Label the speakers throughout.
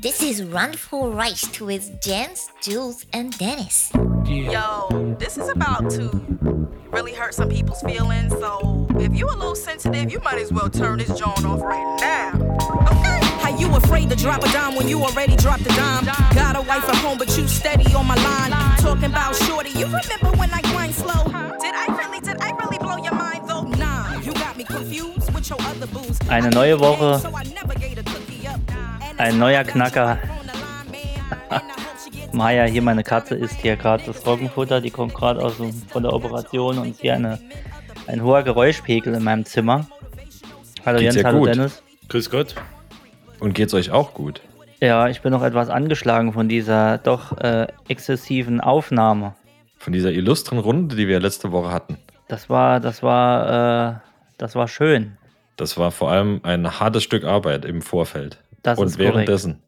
Speaker 1: This is Run for Rice with Jens, Jules, and Dennis.
Speaker 2: Yo, this is about to really hurt some people's feelings. So if you a little sensitive, you might as well turn this joint off right now. Okay.
Speaker 3: How you afraid to drop a dime when you already dropped a dime? Got a wife at home, but you steady on my line. Talking about shorty, you remember when I grind slow? Did I really, did I really blow your mind though? Nah, you got me confused with your other booze.
Speaker 4: Eine neue Woche.
Speaker 3: So I never gave a cookie up. And
Speaker 4: Ein neuer Knacker.
Speaker 3: On the line, man. And I hope she gets
Speaker 4: Maya, hier meine Katze, ist hier gerade das Roggenfutter. Die kommt gerade aus dem- von der Operation und ist hier eine, ein hoher Geräuschpegel in meinem Zimmer. Hallo Jens,
Speaker 5: Geht's dir
Speaker 4: hallo
Speaker 5: gut?
Speaker 4: Dennis.
Speaker 6: Grüß Gott.
Speaker 5: Und geht's euch auch gut?
Speaker 4: Ja, ich bin noch etwas angeschlagen von dieser doch äh, exzessiven Aufnahme.
Speaker 5: Von dieser illustren Runde, die wir letzte Woche hatten.
Speaker 4: Das war, das war, äh, das war schön.
Speaker 5: Das war vor allem ein hartes Stück Arbeit im Vorfeld.
Speaker 4: Das
Speaker 5: Und
Speaker 4: ist korrekt.
Speaker 5: währenddessen.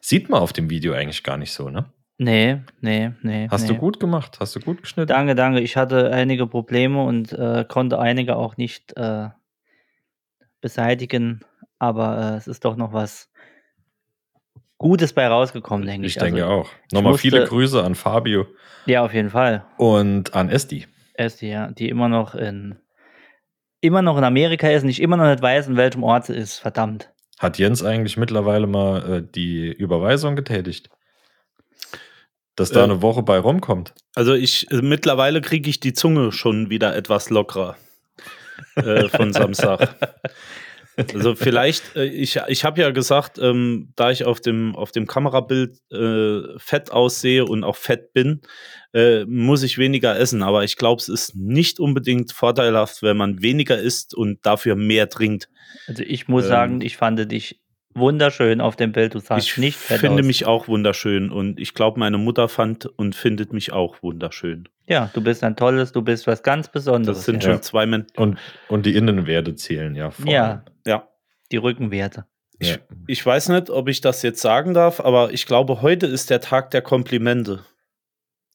Speaker 5: Sieht man auf dem Video eigentlich gar nicht so, ne?
Speaker 4: Nee, nee, nee.
Speaker 5: Hast
Speaker 4: nee.
Speaker 5: du gut gemacht? Hast du gut geschnitten?
Speaker 4: Danke, danke. Ich hatte einige Probleme und äh, konnte einige auch nicht äh, beseitigen, aber äh, es ist doch noch was Gutes bei rausgekommen, denke ich.
Speaker 5: ich denke
Speaker 4: also,
Speaker 5: auch. Nochmal
Speaker 4: musste-
Speaker 5: viele Grüße an Fabio
Speaker 4: Ja, auf jeden Fall.
Speaker 5: und an Esti.
Speaker 4: Esti, ja, die immer noch in immer noch in Amerika ist und ich immer noch nicht weiß, in welchem Ort sie ist. Verdammt.
Speaker 5: Hat Jens eigentlich mittlerweile mal äh, die Überweisung getätigt? Dass da
Speaker 6: Äh.
Speaker 5: eine Woche bei rumkommt.
Speaker 6: Also ich äh, mittlerweile kriege ich die Zunge schon wieder etwas lockerer äh, von Samstag. Also vielleicht, äh, ich, ich habe ja gesagt, ähm, da ich auf dem, auf dem Kamerabild äh, fett aussehe und auch fett bin, äh, muss ich weniger essen. Aber ich glaube, es ist nicht unbedingt vorteilhaft, wenn man weniger isst und dafür mehr trinkt.
Speaker 4: Also ich muss
Speaker 6: Ähm,
Speaker 4: sagen, ich fand dich wunderschön auf dem Bild. Du sahst
Speaker 6: ich
Speaker 4: nicht fett
Speaker 6: finde
Speaker 4: aus.
Speaker 6: mich auch wunderschön und ich glaube, meine Mutter fand und findet mich auch wunderschön.
Speaker 4: Ja, du bist ein tolles, du bist was ganz Besonderes.
Speaker 6: Das sind
Speaker 4: ja.
Speaker 6: schon zwei Menschen.
Speaker 5: Und, und die Innenwerte zählen, ja. vor
Speaker 4: Ja,
Speaker 6: Ja.
Speaker 4: die Rückenwerte.
Speaker 5: allem.
Speaker 6: Ich weiß nicht, ob ich das jetzt sagen darf, aber ich glaube, heute ist der Tag der Komplimente.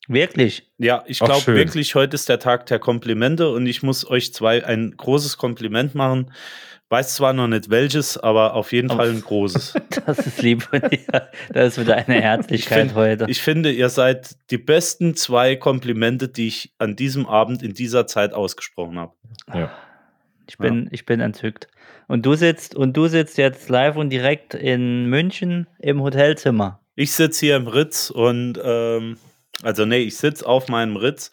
Speaker 4: Wirklich?
Speaker 6: Ja, ich
Speaker 5: Ach,
Speaker 6: glaube
Speaker 5: schön.
Speaker 6: wirklich, heute ist der Tag der Komplimente und ich muss euch zwei ein großes Kompliment machen. Weiß zwar noch nicht welches, aber auf jeden
Speaker 4: Auf-
Speaker 6: Fall ein großes.
Speaker 4: Das ist lieb von dir. Das ist wieder eine Herzlichkeit
Speaker 6: find-
Speaker 4: heute.
Speaker 6: Ich finde, ihr seid die besten zwei Komplimente, die ich an diesem Abend in dieser Zeit ausgesprochen habe.
Speaker 5: Ja. ja.
Speaker 4: Ich bin, ich bin entzückt. Und du sitzt und du sitzt jetzt live und direkt in München im Hotelzimmer.
Speaker 6: Ich sitze hier im Ritz und ähm, also nee, ich sitze auf meinem Ritz.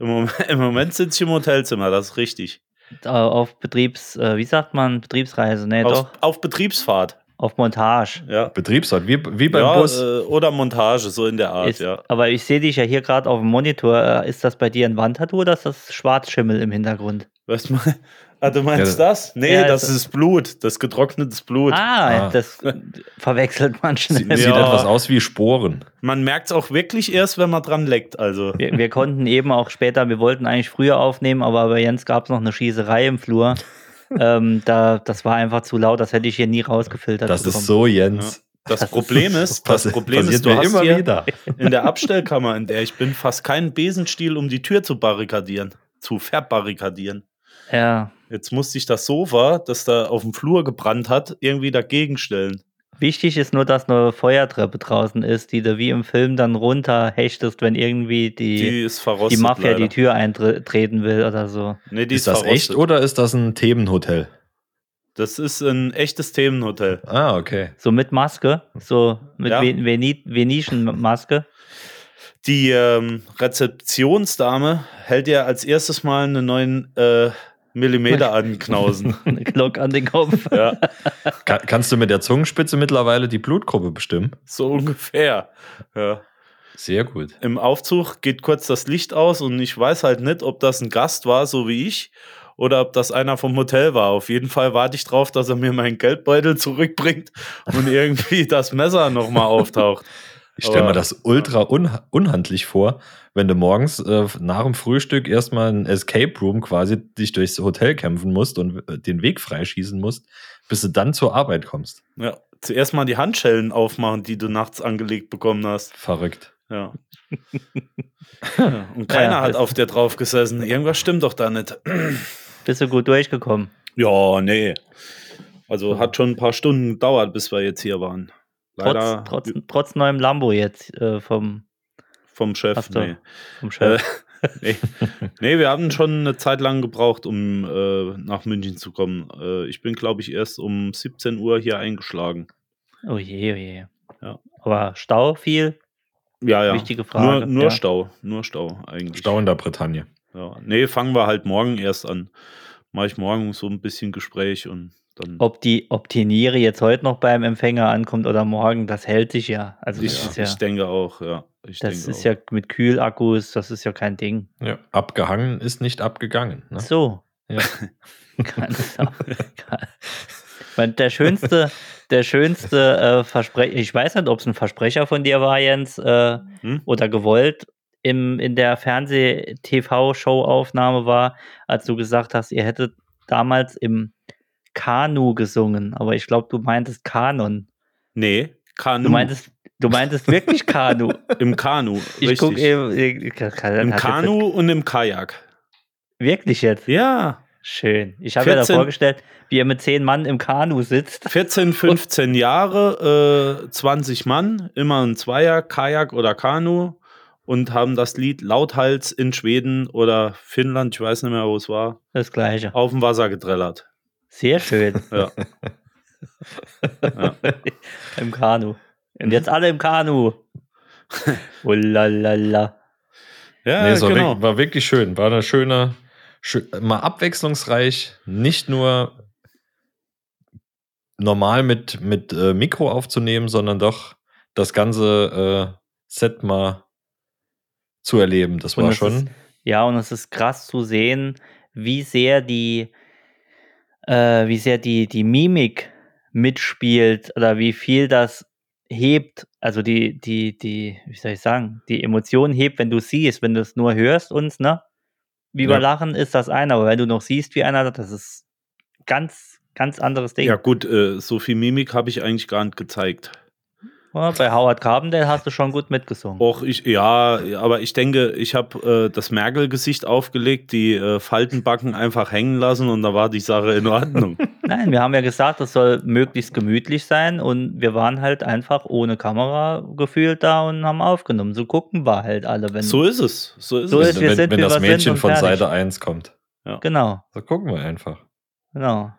Speaker 6: Im Moment, im Moment sitze ich im Hotelzimmer, das ist richtig.
Speaker 4: äh, Auf Betriebs, äh, wie sagt man, Betriebsreise, nee,
Speaker 6: Aus,
Speaker 4: doch,
Speaker 6: auf Betriebsfahrt.
Speaker 4: auf Montage.
Speaker 6: Ja.
Speaker 5: Betriebsort, wie, wie beim
Speaker 6: ja,
Speaker 5: Bus.
Speaker 6: Äh, oder Montage, so in der Art,
Speaker 4: Ist,
Speaker 6: ja.
Speaker 4: Aber ich sehe dich ja hier gerade auf dem Monitor. Äh, Ist das bei dir ein Wandtattoo oder ist das Schwarzschimmel im Hintergrund?
Speaker 6: Weißt du, mal- ah, du meinst
Speaker 5: Ja, also
Speaker 6: das? Nee,
Speaker 4: Ja,
Speaker 6: das
Speaker 4: das-
Speaker 6: ist Blut, das getrocknetes Blut.
Speaker 4: Ah,
Speaker 5: Ah.
Speaker 4: das verwechselt man
Speaker 5: Sie,
Speaker 4: schnell.
Speaker 5: Sieht
Speaker 6: Ja.
Speaker 5: etwas aus wie Sporen.
Speaker 6: Man merkt es auch wirklich erst, wenn man dran leckt. Also,
Speaker 4: Wir, wir konnten eben auch später, wir wollten eigentlich früher aufnehmen, aber bei Jens gab es noch eine Schießerei im Flur. ähm, da, das war einfach zu laut, das hätte ich hier nie rausgefiltert.
Speaker 5: Das ist
Speaker 4: bekommen.
Speaker 5: so, Jens.
Speaker 6: das, Problem ist, das
Speaker 5: passi-
Speaker 6: Problem
Speaker 5: passiert
Speaker 6: ist, du
Speaker 5: mir
Speaker 6: hast
Speaker 5: immer
Speaker 6: hier
Speaker 5: wieder.
Speaker 6: in der Abstellkammer, in der ich bin, fast keinen Besenstiel, um die Tür zu barrikadieren, zu verbarrikadieren.
Speaker 4: Ja,
Speaker 6: Jetzt musste ich das Sofa, das da auf dem Flur gebrannt hat, irgendwie dagegen stellen.
Speaker 4: wichtig ist nur, dass eine Feuertreppe draußen ist, die du wie im Film dann runterhechtest, wenn irgendwie
Speaker 6: Die
Speaker 4: die,
Speaker 6: ist
Speaker 4: die,
Speaker 6: verrostet.
Speaker 4: Mafia
Speaker 6: leider.
Speaker 4: die Tür eintreten will oder so.
Speaker 6: Nee, die
Speaker 5: Ist das
Speaker 6: verrostet.
Speaker 5: echt oder ist das ein Themenhotel?
Speaker 6: Das ist ein echtes Themenhotel.
Speaker 5: Ah, okay.
Speaker 4: So mit Maske, so mit
Speaker 6: Ja.
Speaker 4: Ven Veni Venetian-Maske.
Speaker 6: Die ähm, Rezeptionsdame hält ja als erstes mal einen neuen äh, Millimeter an den Knausen.
Speaker 4: Eine Glock an den Kopf.
Speaker 6: ja,
Speaker 5: Ka kannst du mit der Zungenspitze mittlerweile die Blutgruppe bestimmen?
Speaker 6: so ungefähr. Ja.
Speaker 5: Sehr gut.
Speaker 6: Im Aufzug geht kurz das Licht aus und ich weiß halt nicht, ob das ein Gast war, so wie ich, oder ob das einer vom Hotel war. Auf jeden Fall warte ich drauf, dass er mir meinen Geldbeutel zurückbringt und irgendwie das Messer nochmal auftaucht.
Speaker 5: Ich stelle
Speaker 6: Aber-
Speaker 5: mir das ultra unha- unhandlich vor, wenn du morgens äh, nach dem Frühstück erstmal in Escape Room quasi dich durchs Hotel kämpfen musst und äh, den Weg freischießen musst, bis du dann zur Arbeit kommst.
Speaker 6: Ja. Zuerst mal die Handschellen aufmachen, die du nachts angelegt bekommen hast.
Speaker 5: Verrückt.
Speaker 6: Ja. ja. Und keiner
Speaker 4: Ja,
Speaker 6: hat
Speaker 4: das-
Speaker 6: auf der drauf gesessen. Irgendwas stimmt doch da nicht.
Speaker 4: Bist du gut durchgekommen?
Speaker 6: Hm. Ja, nee. Also hat schon ein paar Stunden gedauert, bis wir jetzt hier waren. Leider
Speaker 4: Trotz, trotz, trotz neuem Lambo jetzt äh, vom,
Speaker 6: vom Chef.
Speaker 4: Ach so.
Speaker 6: Nee.
Speaker 4: vom Chef.
Speaker 6: nee. nee, wir hatten schon eine Zeit lang gebraucht, um äh, nach München zu kommen. Äh, ich bin, glaube ich, erst um 17 Uhr hier eingeschlagen.
Speaker 4: Oh je, oh je.
Speaker 6: Ja.
Speaker 4: Aber Stau viel?
Speaker 6: Ja, ja.
Speaker 4: Wichtige Frage,
Speaker 6: Nur, nur
Speaker 4: ja.
Speaker 6: Stau, nur Stau eigentlich.
Speaker 5: Stau in der Bretagne.
Speaker 6: Ja. Nee, fangen wir halt morgen erst an. Mache ich morgen so ein bisschen Gespräch und dann.
Speaker 4: Ob die, ob die Niere jetzt heute noch beim Empfänger ankommt oder morgen, das hält sich ja. Also
Speaker 6: ich,
Speaker 4: das ist ja,
Speaker 6: ich denke auch, ja. Ich
Speaker 4: das
Speaker 6: denke
Speaker 4: ist
Speaker 6: auch.
Speaker 4: ja mit Kühlakkus, das ist ja kein Ding.
Speaker 5: Ja. Abgehangen ist nicht abgegangen. Ne?
Speaker 4: So.
Speaker 5: Ja.
Speaker 4: Ganz auch- kann- Ich meine, der schönste, der schönste äh, Versprecher, ich weiß nicht, ob es ein Versprecher von dir war, Jens, äh,
Speaker 6: Hm?
Speaker 4: oder gewollt im, in der Fernseh-TV-Show-Aufnahme war, als du gesagt hast, ihr hättet damals im Kanu gesungen, aber ich glaube, du meintest Kanon.
Speaker 6: Nee, Kanu.
Speaker 4: Du meintest, du meintest wirklich Kanu.
Speaker 6: Im Kanu.
Speaker 4: Ich
Speaker 6: richtig.
Speaker 4: gucke eben. ich- das hat
Speaker 6: Im
Speaker 4: jetzt
Speaker 6: Kanu und im Kajak.
Speaker 4: Wirklich jetzt.
Speaker 6: Ja.
Speaker 4: Schön. Ich habe mir da
Speaker 6: 14.
Speaker 4: vorgestellt, wie ihr mit zehn Mann im Kanu sitzt.
Speaker 6: 14, 15 Jahre, äh, 20 Mann, immer ein Zweier, Kajak oder Kanu und haben das Lied Lauthals in Schweden oder Finnland, ich weiß nicht mehr, wo es war,
Speaker 4: Das Gleiche.
Speaker 6: auf dem Wasser gedrellert.
Speaker 4: Sehr schön.
Speaker 6: Ja.
Speaker 4: Im Kanu. Und jetzt alle im Kanu. Ulalala.
Speaker 6: Ja,
Speaker 4: Ah,
Speaker 5: Nee, es war,
Speaker 6: genau.
Speaker 5: wirklich, war wirklich schön. War eine schöne, schö mal abwechslungsreich, nicht nur normal mit, mit äh, Mikro aufzunehmen, sondern doch das ganze äh, Set mal zu erleben. Das
Speaker 4: Und
Speaker 5: war
Speaker 4: das
Speaker 5: schon.
Speaker 4: Ja, und es ist krass zu sehen, wie sehr die, äh, wie sehr die, die Mimik mitspielt oder wie viel das hebt, also die, die, die, wie soll ich sagen, die Emotion hebt, wenn du siehst, wenn du es nur hörst uns, ne? Wie wir
Speaker 5: Ja.
Speaker 4: lachen, ist das eine, aber wenn du noch siehst, wie einer, das ist ganz, ganz anderes Ding.
Speaker 6: Ja, gut, äh, so viel Mimik habe ich eigentlich gar nicht gezeigt.
Speaker 4: Ja, Oh, bei Howard Carpendale hast du schon gut mitgesungen.
Speaker 6: Och, ich, ja, aber ich denke, ich habe äh, das Merkel-Gesicht aufgelegt, die äh, Faltenbacken einfach hängen lassen und da war die Sache in Ordnung.
Speaker 4: Nein, wir haben ja gesagt, das soll möglichst gemütlich sein und wir waren halt einfach ohne Kamera gefühlt da und haben aufgenommen. So gucken wir halt alle, wenn
Speaker 6: so ist es. So ist
Speaker 4: So
Speaker 6: es.
Speaker 4: ist- wir
Speaker 5: wenn
Speaker 4: sind,
Speaker 5: wenn
Speaker 4: wie wir
Speaker 5: das
Speaker 4: sind
Speaker 5: Mädchen
Speaker 4: und
Speaker 5: von
Speaker 4: fertig.
Speaker 5: Seite 1 kommt.
Speaker 4: genau,
Speaker 5: So gucken wir einfach.
Speaker 4: genau.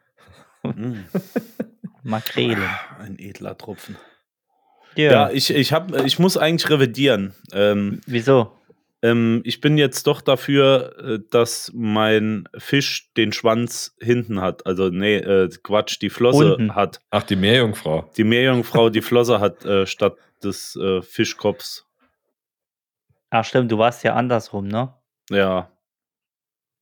Speaker 6: Mm.
Speaker 4: Makrelen.
Speaker 6: Ah, Ein edler Tropfen. Ja,
Speaker 4: Ja,
Speaker 6: ich, ich, hab, ich muss eigentlich revidieren. Ähm,
Speaker 4: wieso?
Speaker 6: ähm, ich bin jetzt doch dafür, äh, dass mein Fisch den Schwanz hinten hat. Also, nee, äh, Quatsch, die Flosse
Speaker 4: Unten.
Speaker 6: hat.
Speaker 5: Ach, die Meerjungfrau.
Speaker 6: Die Meerjungfrau die Flosse hat äh, statt des äh, Fischkopfs.
Speaker 4: Ach Ah, stimmt, du warst ja andersrum, ne?
Speaker 6: Ja.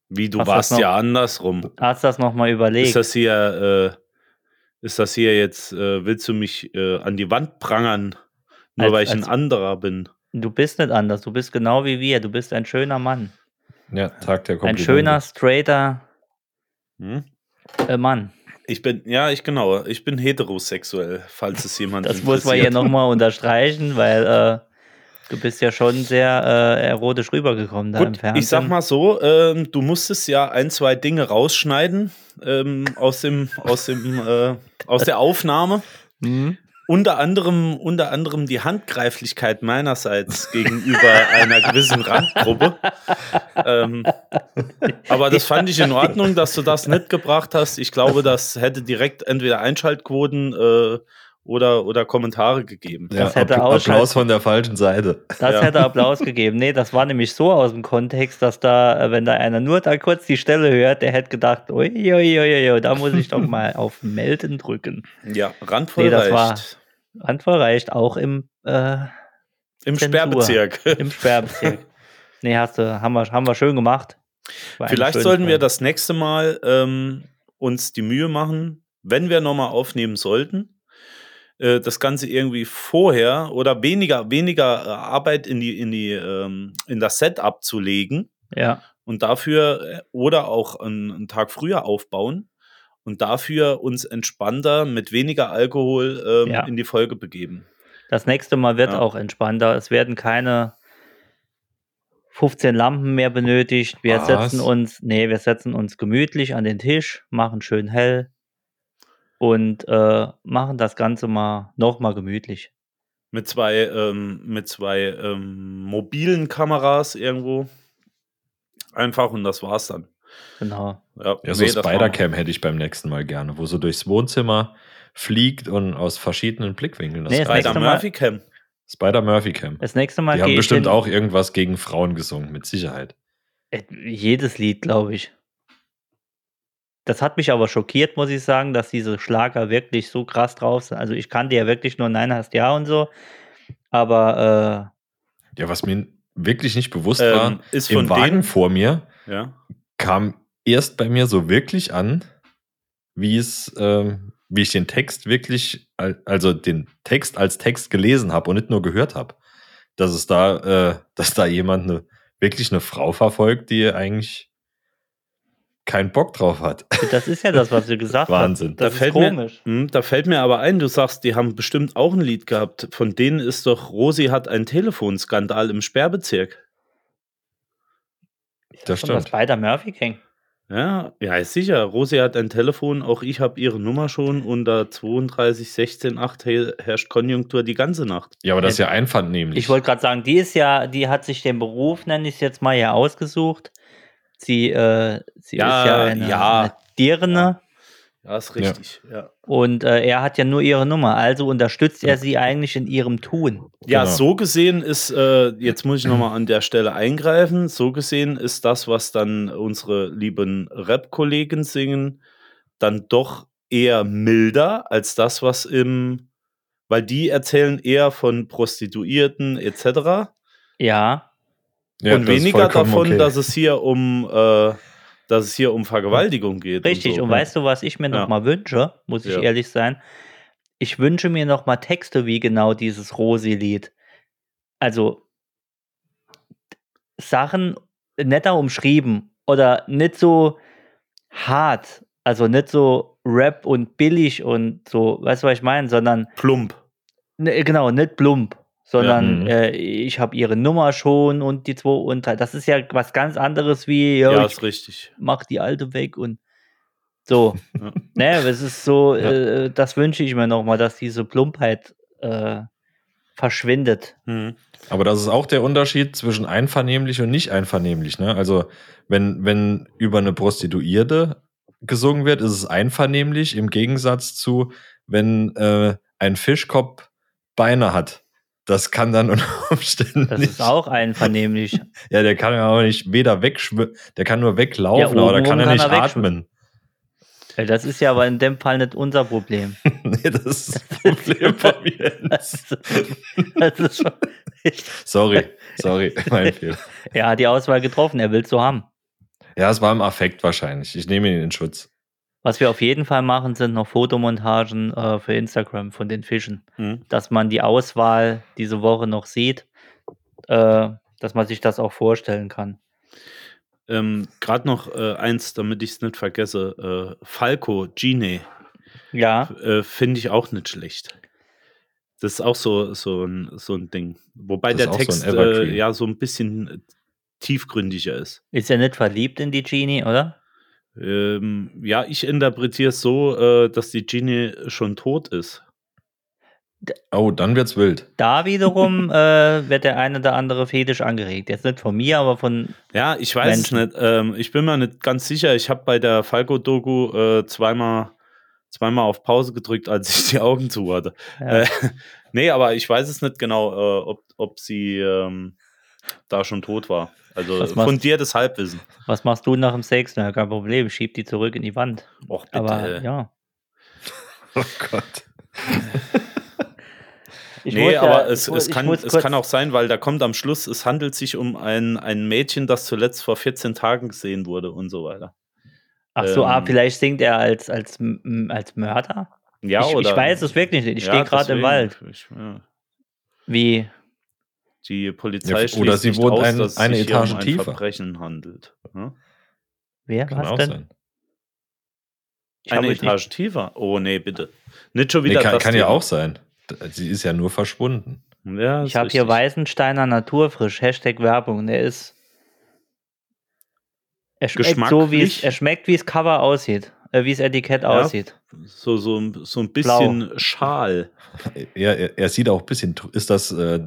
Speaker 6: Wie, du
Speaker 4: Hast das
Speaker 6: warst
Speaker 4: noch-
Speaker 6: ja andersrum.
Speaker 4: Hast das nochmal überlegt?
Speaker 6: Ist das hier, äh, ist das hier jetzt, äh, willst du mich äh, an die Wand prangern, nur
Speaker 4: Als-
Speaker 6: weil ich
Speaker 4: als-
Speaker 6: ein anderer bin?
Speaker 4: du bist nicht anders, du bist genau wie wir, du bist ein schöner Mann.
Speaker 5: Ja, Tag der
Speaker 4: Ein
Speaker 5: Komplimente.
Speaker 4: schöner, straighter
Speaker 6: Hm?
Speaker 4: äh, Mann.
Speaker 6: Ich bin, ja, ich genau, ich bin heterosexuell, falls es jemand
Speaker 4: Das muss man hier
Speaker 6: interessiert.
Speaker 4: nochmal unterstreichen, weil äh, du bist ja schon sehr äh, erotisch rübergekommen da im
Speaker 6: Gut,
Speaker 4: Fernsehen.
Speaker 6: ich sag mal so, ähm, du musstest ja ein, zwei Dinge rausschneiden ähm, aus dem, aus dem, äh, aus der Aufnahme.
Speaker 4: Hm?
Speaker 6: Unter anderem, unter anderem die Handgreiflichkeit meinerseits gegenüber einer gewissen Randgruppe. ähm, aber das fand ich in Ordnung, dass du das nicht gebracht hast. Ich glaube, das hätte direkt entweder Einschaltquoten äh, oder, oder Kommentare gegeben.
Speaker 5: Ja,
Speaker 4: Das hätte
Speaker 5: Appl-
Speaker 4: ausschalten-
Speaker 5: Applaus von der falschen Seite.
Speaker 4: Das
Speaker 6: Ja.
Speaker 4: hätte Applaus gegeben. Nee, das war nämlich so aus dem Kontext, dass da, äh, wenn da einer nur da kurz die Stelle hört, der hätte gedacht, uiuiuiui, da muss ich doch mal auf Melden drücken.
Speaker 6: Ja, randvoll
Speaker 4: Nee, das
Speaker 6: reicht.
Speaker 4: war- Antwort reicht auch im, äh,
Speaker 6: Im
Speaker 4: Zensur.
Speaker 6: Sperrbezirk.
Speaker 4: im Sperrbezirk. nee, hast du, haben wir, haben wir schön gemacht. War eine
Speaker 6: Vielleicht
Speaker 4: schöne
Speaker 6: sollten wir
Speaker 4: Folge.
Speaker 6: das nächste Mal ähm, uns die Mühe machen, wenn wir nochmal aufnehmen sollten, äh, das Ganze irgendwie vorher oder weniger, weniger äh, Arbeit in, die, in, die, ähm, in das Setup zu legen
Speaker 4: Ja,
Speaker 6: und dafür äh, oder auch einen, einen Tag früher aufbauen und dafür uns entspannter mit weniger Alkohol ähm,
Speaker 4: Ja.
Speaker 6: in die Folge begeben.
Speaker 4: das nächste Mal wird
Speaker 6: Ja.
Speaker 4: auch entspannter. Es werden keine 15 Lampen mehr benötigt. Wir
Speaker 5: Was?
Speaker 4: setzen uns, nee, wir setzen uns gemütlich an den Tisch, machen schön hell und äh, machen das Ganze mal nochmal gemütlich.
Speaker 6: Mit zwei, ähm, mit zwei ähm, mobilen Kameras irgendwo. Einfach und das war's dann.
Speaker 4: Genau.
Speaker 6: Ja,
Speaker 5: Ja, so
Speaker 6: nee, das war-
Speaker 5: Spider-Cam hätte ich beim nächsten Mal gerne, wo so durchs Wohnzimmer fliegt und aus verschiedenen Blickwinkeln.
Speaker 4: Nee,
Speaker 5: das
Speaker 4: das nächste
Speaker 5: reicht.
Speaker 4: Mal-
Speaker 6: Spider-Murphy-Cam.
Speaker 5: Spider-Murphy-Cam.
Speaker 4: Das nächste Mal
Speaker 5: Die haben
Speaker 4: gehe ich
Speaker 5: bestimmt
Speaker 4: hin-
Speaker 5: auch irgendwas gegen Frauen gesungen, mit Sicherheit.
Speaker 4: Äh, Jedes Lied, glaube ich. Das hat mich aber schockiert, muss ich sagen, dass diese Schlager wirklich so krass drauf sind. Also ich kannte ja wirklich nur Nein hast ja und so. Aber äh,
Speaker 5: Ja, was mir wirklich nicht bewusst
Speaker 6: Ähm,
Speaker 5: war,
Speaker 6: ist
Speaker 5: im
Speaker 6: von
Speaker 5: Wagen
Speaker 6: denen.
Speaker 5: vor mir
Speaker 6: Ja.
Speaker 5: kam erst bei mir so wirklich an, wie es, ähm, wie ich den Text wirklich, al- also den Text als Text gelesen habe und nicht nur gehört habe, dass es da, äh, dass da jemand eine, wirklich eine Frau verfolgt, die eigentlich keinen Bock drauf hat.
Speaker 4: äh, das ist ja das, was du gesagt hast.
Speaker 5: Wahnsinn.
Speaker 4: Das
Speaker 6: Da
Speaker 4: ist
Speaker 6: fällt mir-
Speaker 4: komisch.
Speaker 6: Hm, da fällt mir aber ein, du sagst, die haben bestimmt auch ein Lied gehabt. Von denen ist doch Rosi hat einen Telefonskandal im Sperrbezirk.
Speaker 5: Das
Speaker 4: Von das
Speaker 5: stimmt.
Speaker 4: Spider Murphy King.
Speaker 6: Ja, ja, ist sicher. Rosi hat ein Telefon, auch ich habe ihre Nummer schon. Unter 32 16 8 he- herrscht Konjunktur die ganze Nacht.
Speaker 5: Ja, aber das ist ja einvernehmlich.
Speaker 4: Ich wollte gerade sagen, die ist ja, die hat sich den Beruf, nenne ich es jetzt mal, ja ausgesucht. Sie, äh, sie
Speaker 6: Ja,
Speaker 4: ist ja eine,
Speaker 6: ja.
Speaker 4: eine Dirne.
Speaker 6: Ja, ist richtig. Ja,
Speaker 4: Und äh, er hat ja nur ihre Nummer, also unterstützt er sie eigentlich in ihrem Tun.
Speaker 6: ja
Speaker 5: Genau.
Speaker 6: so gesehen ist, äh, jetzt muss ich nochmal an der Stelle eingreifen, so gesehen ist das, was dann unsere lieben Rap-Kollegen singen, dann doch eher milder als das, was im, weil die erzählen eher von Prostituierten etc.
Speaker 4: Ja,
Speaker 5: ja,
Speaker 6: und
Speaker 5: das ist
Speaker 6: weniger
Speaker 5: vollkommen
Speaker 6: davon,
Speaker 5: okay.
Speaker 6: dass es hier um äh, dass es hier um Vergewaltigung geht.
Speaker 4: richtig. Und,
Speaker 6: so.
Speaker 4: weißt du, was ich mir
Speaker 6: Ja.
Speaker 4: nochmal wünsche, muss ich
Speaker 6: Ja.
Speaker 4: ehrlich sein? Ich wünsche mir nochmal Texte wie genau dieses Rosi-Lied. Also Sachen netter umschrieben oder nicht so hart, also nicht so Rap und billig und so, weißt du, was ich meine, sondern
Speaker 6: plump.
Speaker 4: Ne, genau, nicht plump, sondern
Speaker 5: Mhm.
Speaker 4: äh, ich habe ihre Nummer schon und die zwei und drei. Das ist ja was ganz anderes wie,
Speaker 6: Ja,
Speaker 4: ja, ich
Speaker 6: ist richtig.
Speaker 4: mach die alte weg und so.
Speaker 6: Ja.
Speaker 4: ne, es ist so,
Speaker 5: Ja.
Speaker 4: äh, das wünsche ich mir nochmal, dass diese Plumpheit äh, verschwindet.
Speaker 6: Mhm.
Speaker 5: Aber das ist auch der Unterschied zwischen einvernehmlich und nicht einvernehmlich. Ne? Also wenn, wenn über eine Prostituierte gesungen wird, ist es einvernehmlich im Gegensatz zu, wenn äh, ein Fischkopf Beine hat. Das kann dann unter Umständen
Speaker 4: Das
Speaker 5: nicht.
Speaker 4: ist auch einvernehmlich.
Speaker 5: ja, der kann ja auch nicht weder wegschwimmen, der kann nur
Speaker 4: Ja, oben
Speaker 5: weglaufen, aber der
Speaker 4: rum
Speaker 5: kann ja
Speaker 4: kann
Speaker 5: nicht
Speaker 4: er
Speaker 5: atmen.
Speaker 4: Äh, das ist ja aber in dem Fall nicht unser Problem.
Speaker 5: nee, das ist das Problem von mir.
Speaker 4: Das, das ist schon,
Speaker 5: Sorry, sorry, mein Fehler.
Speaker 4: er hat die Auswahl getroffen, er will es so haben.
Speaker 5: Ja, es war im Affekt wahrscheinlich. Ich nehme ihn in Schutz.
Speaker 4: Was wir auf jeden Fall machen, sind noch Fotomontagen äh, für Instagram von den Fischen.
Speaker 6: Mhm.
Speaker 4: Dass man die Auswahl diese Woche noch sieht, äh, dass man sich das auch vorstellen kann.
Speaker 6: Ähm, Gerade noch äh, eins, damit ich es nicht vergesse. Äh, Falco, Gine,
Speaker 5: Ah.
Speaker 4: Ja,
Speaker 6: äh, finde ich auch nicht schlecht. Das ist auch so, so, ein, so ein Ding. Wobei
Speaker 5: Das
Speaker 6: der
Speaker 5: ist auch so ein
Speaker 6: Text äh,
Speaker 5: Evergreen.
Speaker 6: ja so ein bisschen äh, tiefgründiger ist.
Speaker 4: ist ja nicht verliebt in die Genie, oder?
Speaker 6: Ähm, ja, ich interpretiere es so, äh, dass die Genie schon tot ist.
Speaker 5: Oh, dann wird's wild.
Speaker 4: Da wiederum äh, wird der eine oder andere Fetisch angeregt. Jetzt nicht von mir, aber von.
Speaker 6: Ja, ich weiß es
Speaker 4: Menschen.
Speaker 6: nicht. Ähm, ich bin mir nicht ganz sicher. Ich habe bei der Falco-Doku äh, zweimal, zweimal auf Pause gedrückt, als ich die Augen zu hatte.
Speaker 4: Ja.
Speaker 6: Äh, nee, aber ich weiß es nicht genau, äh, ob, ob sie ähm, da schon tot war. Also
Speaker 4: Was machst-
Speaker 6: fundiertes Halbwissen.
Speaker 4: Was machst du nach dem Sex? Na, kein Problem, schieb die zurück in die Wand.
Speaker 6: Och, bitte. äh.
Speaker 4: Aber
Speaker 6: ey.
Speaker 4: ja.
Speaker 5: Oh Gott.
Speaker 4: Ich
Speaker 6: nee,
Speaker 4: muss ja-
Speaker 6: aber
Speaker 4: ich
Speaker 6: es,
Speaker 4: muss-
Speaker 6: es,
Speaker 4: ich
Speaker 6: kann,
Speaker 4: muss
Speaker 6: es
Speaker 4: kurz-
Speaker 6: kann auch sein, weil da kommt am Schluss, es handelt sich um ein, ein Mädchen, das zuletzt vor 14 Tagen gesehen wurde und so weiter.
Speaker 4: Ach so, ah,
Speaker 6: ähm,
Speaker 4: vielleicht singt er als, als, m- als Mörder?
Speaker 6: Ja,
Speaker 4: ich,
Speaker 6: oder?
Speaker 4: ich weiß es wirklich nicht. Ich
Speaker 6: Ja,
Speaker 4: stehe gerade
Speaker 6: deswegen.
Speaker 4: im Wald.
Speaker 6: Ich, ja.
Speaker 4: Wie?
Speaker 6: Die
Speaker 5: Ja,
Speaker 6: Polizei
Speaker 5: oder
Speaker 6: schließt
Speaker 5: sie
Speaker 6: nicht
Speaker 5: wohnt
Speaker 6: aus,
Speaker 5: ein-
Speaker 6: dass es
Speaker 5: eine
Speaker 6: sich hier um
Speaker 5: Etage
Speaker 6: ein
Speaker 5: tiefer.
Speaker 6: Verbrechen handelt. ne? Ja?
Speaker 4: Wer?
Speaker 5: Kann
Speaker 4: Was
Speaker 5: auch
Speaker 4: denn?
Speaker 5: sein.
Speaker 4: Ich hab
Speaker 6: Eine
Speaker 4: euch
Speaker 6: Etage tiefer? Oh, nee, bitte. Nicht schon
Speaker 5: Nee,
Speaker 6: wieder
Speaker 5: kann
Speaker 6: das
Speaker 5: kann ja
Speaker 6: Thema.
Speaker 5: auch sein. D- Sie ist ja nur verschwunden.
Speaker 6: Ja,
Speaker 4: Nicht,
Speaker 6: ist
Speaker 4: ich habe hier
Speaker 6: richtig.
Speaker 4: Weißensteiner Naturfrisch, Hashtag Werbung. Der ist. Er schmeckt
Speaker 6: Geschmacklich?
Speaker 4: so, wie es, er schmeckt, wie es Cover aussieht. äh, wie's Etikett aussieht.
Speaker 6: So, so, ein- so ein bisschen Schal.
Speaker 5: Er, er, er sieht auch ein bisschen, tr- ist das äh,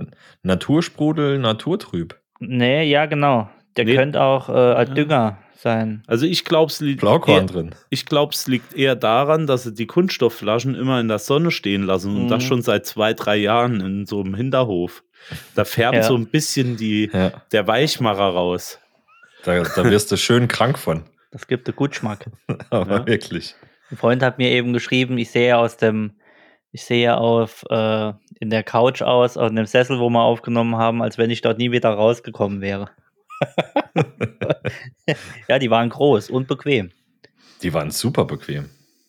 Speaker 5: Natursprudel, Naturtrüb?
Speaker 4: Nee, ja, genau. Der
Speaker 6: Nee.
Speaker 4: könnte auch äh, als Dünger sein.
Speaker 6: Also ich glaube, es liegt
Speaker 5: Blaukorn
Speaker 6: eher-
Speaker 5: drin.
Speaker 6: ich glaub, es liegt eher daran, dass sie die Kunststoffflaschen immer in der Sonne stehen lassen und
Speaker 4: Mhm.
Speaker 6: das schon seit zwei, drei Jahren in so einem Hinterhof. Da färben
Speaker 4: Ja.
Speaker 6: so ein bisschen die,
Speaker 5: Ja,
Speaker 6: der Weichmacher raus.
Speaker 5: da, da wirst du schön krank von.
Speaker 4: Das gibt einen Gutschmack.
Speaker 5: Aber
Speaker 6: Ja.
Speaker 5: wirklich.
Speaker 4: Ein Freund hat mir eben geschrieben, ich sehe aus dem, ich sehe auf äh, in der Couch aus, auf dem Sessel, wo wir aufgenommen haben, als wenn ich dort nie wieder rausgekommen wäre. ja, die waren groß und bequem.
Speaker 5: Die waren super bequem.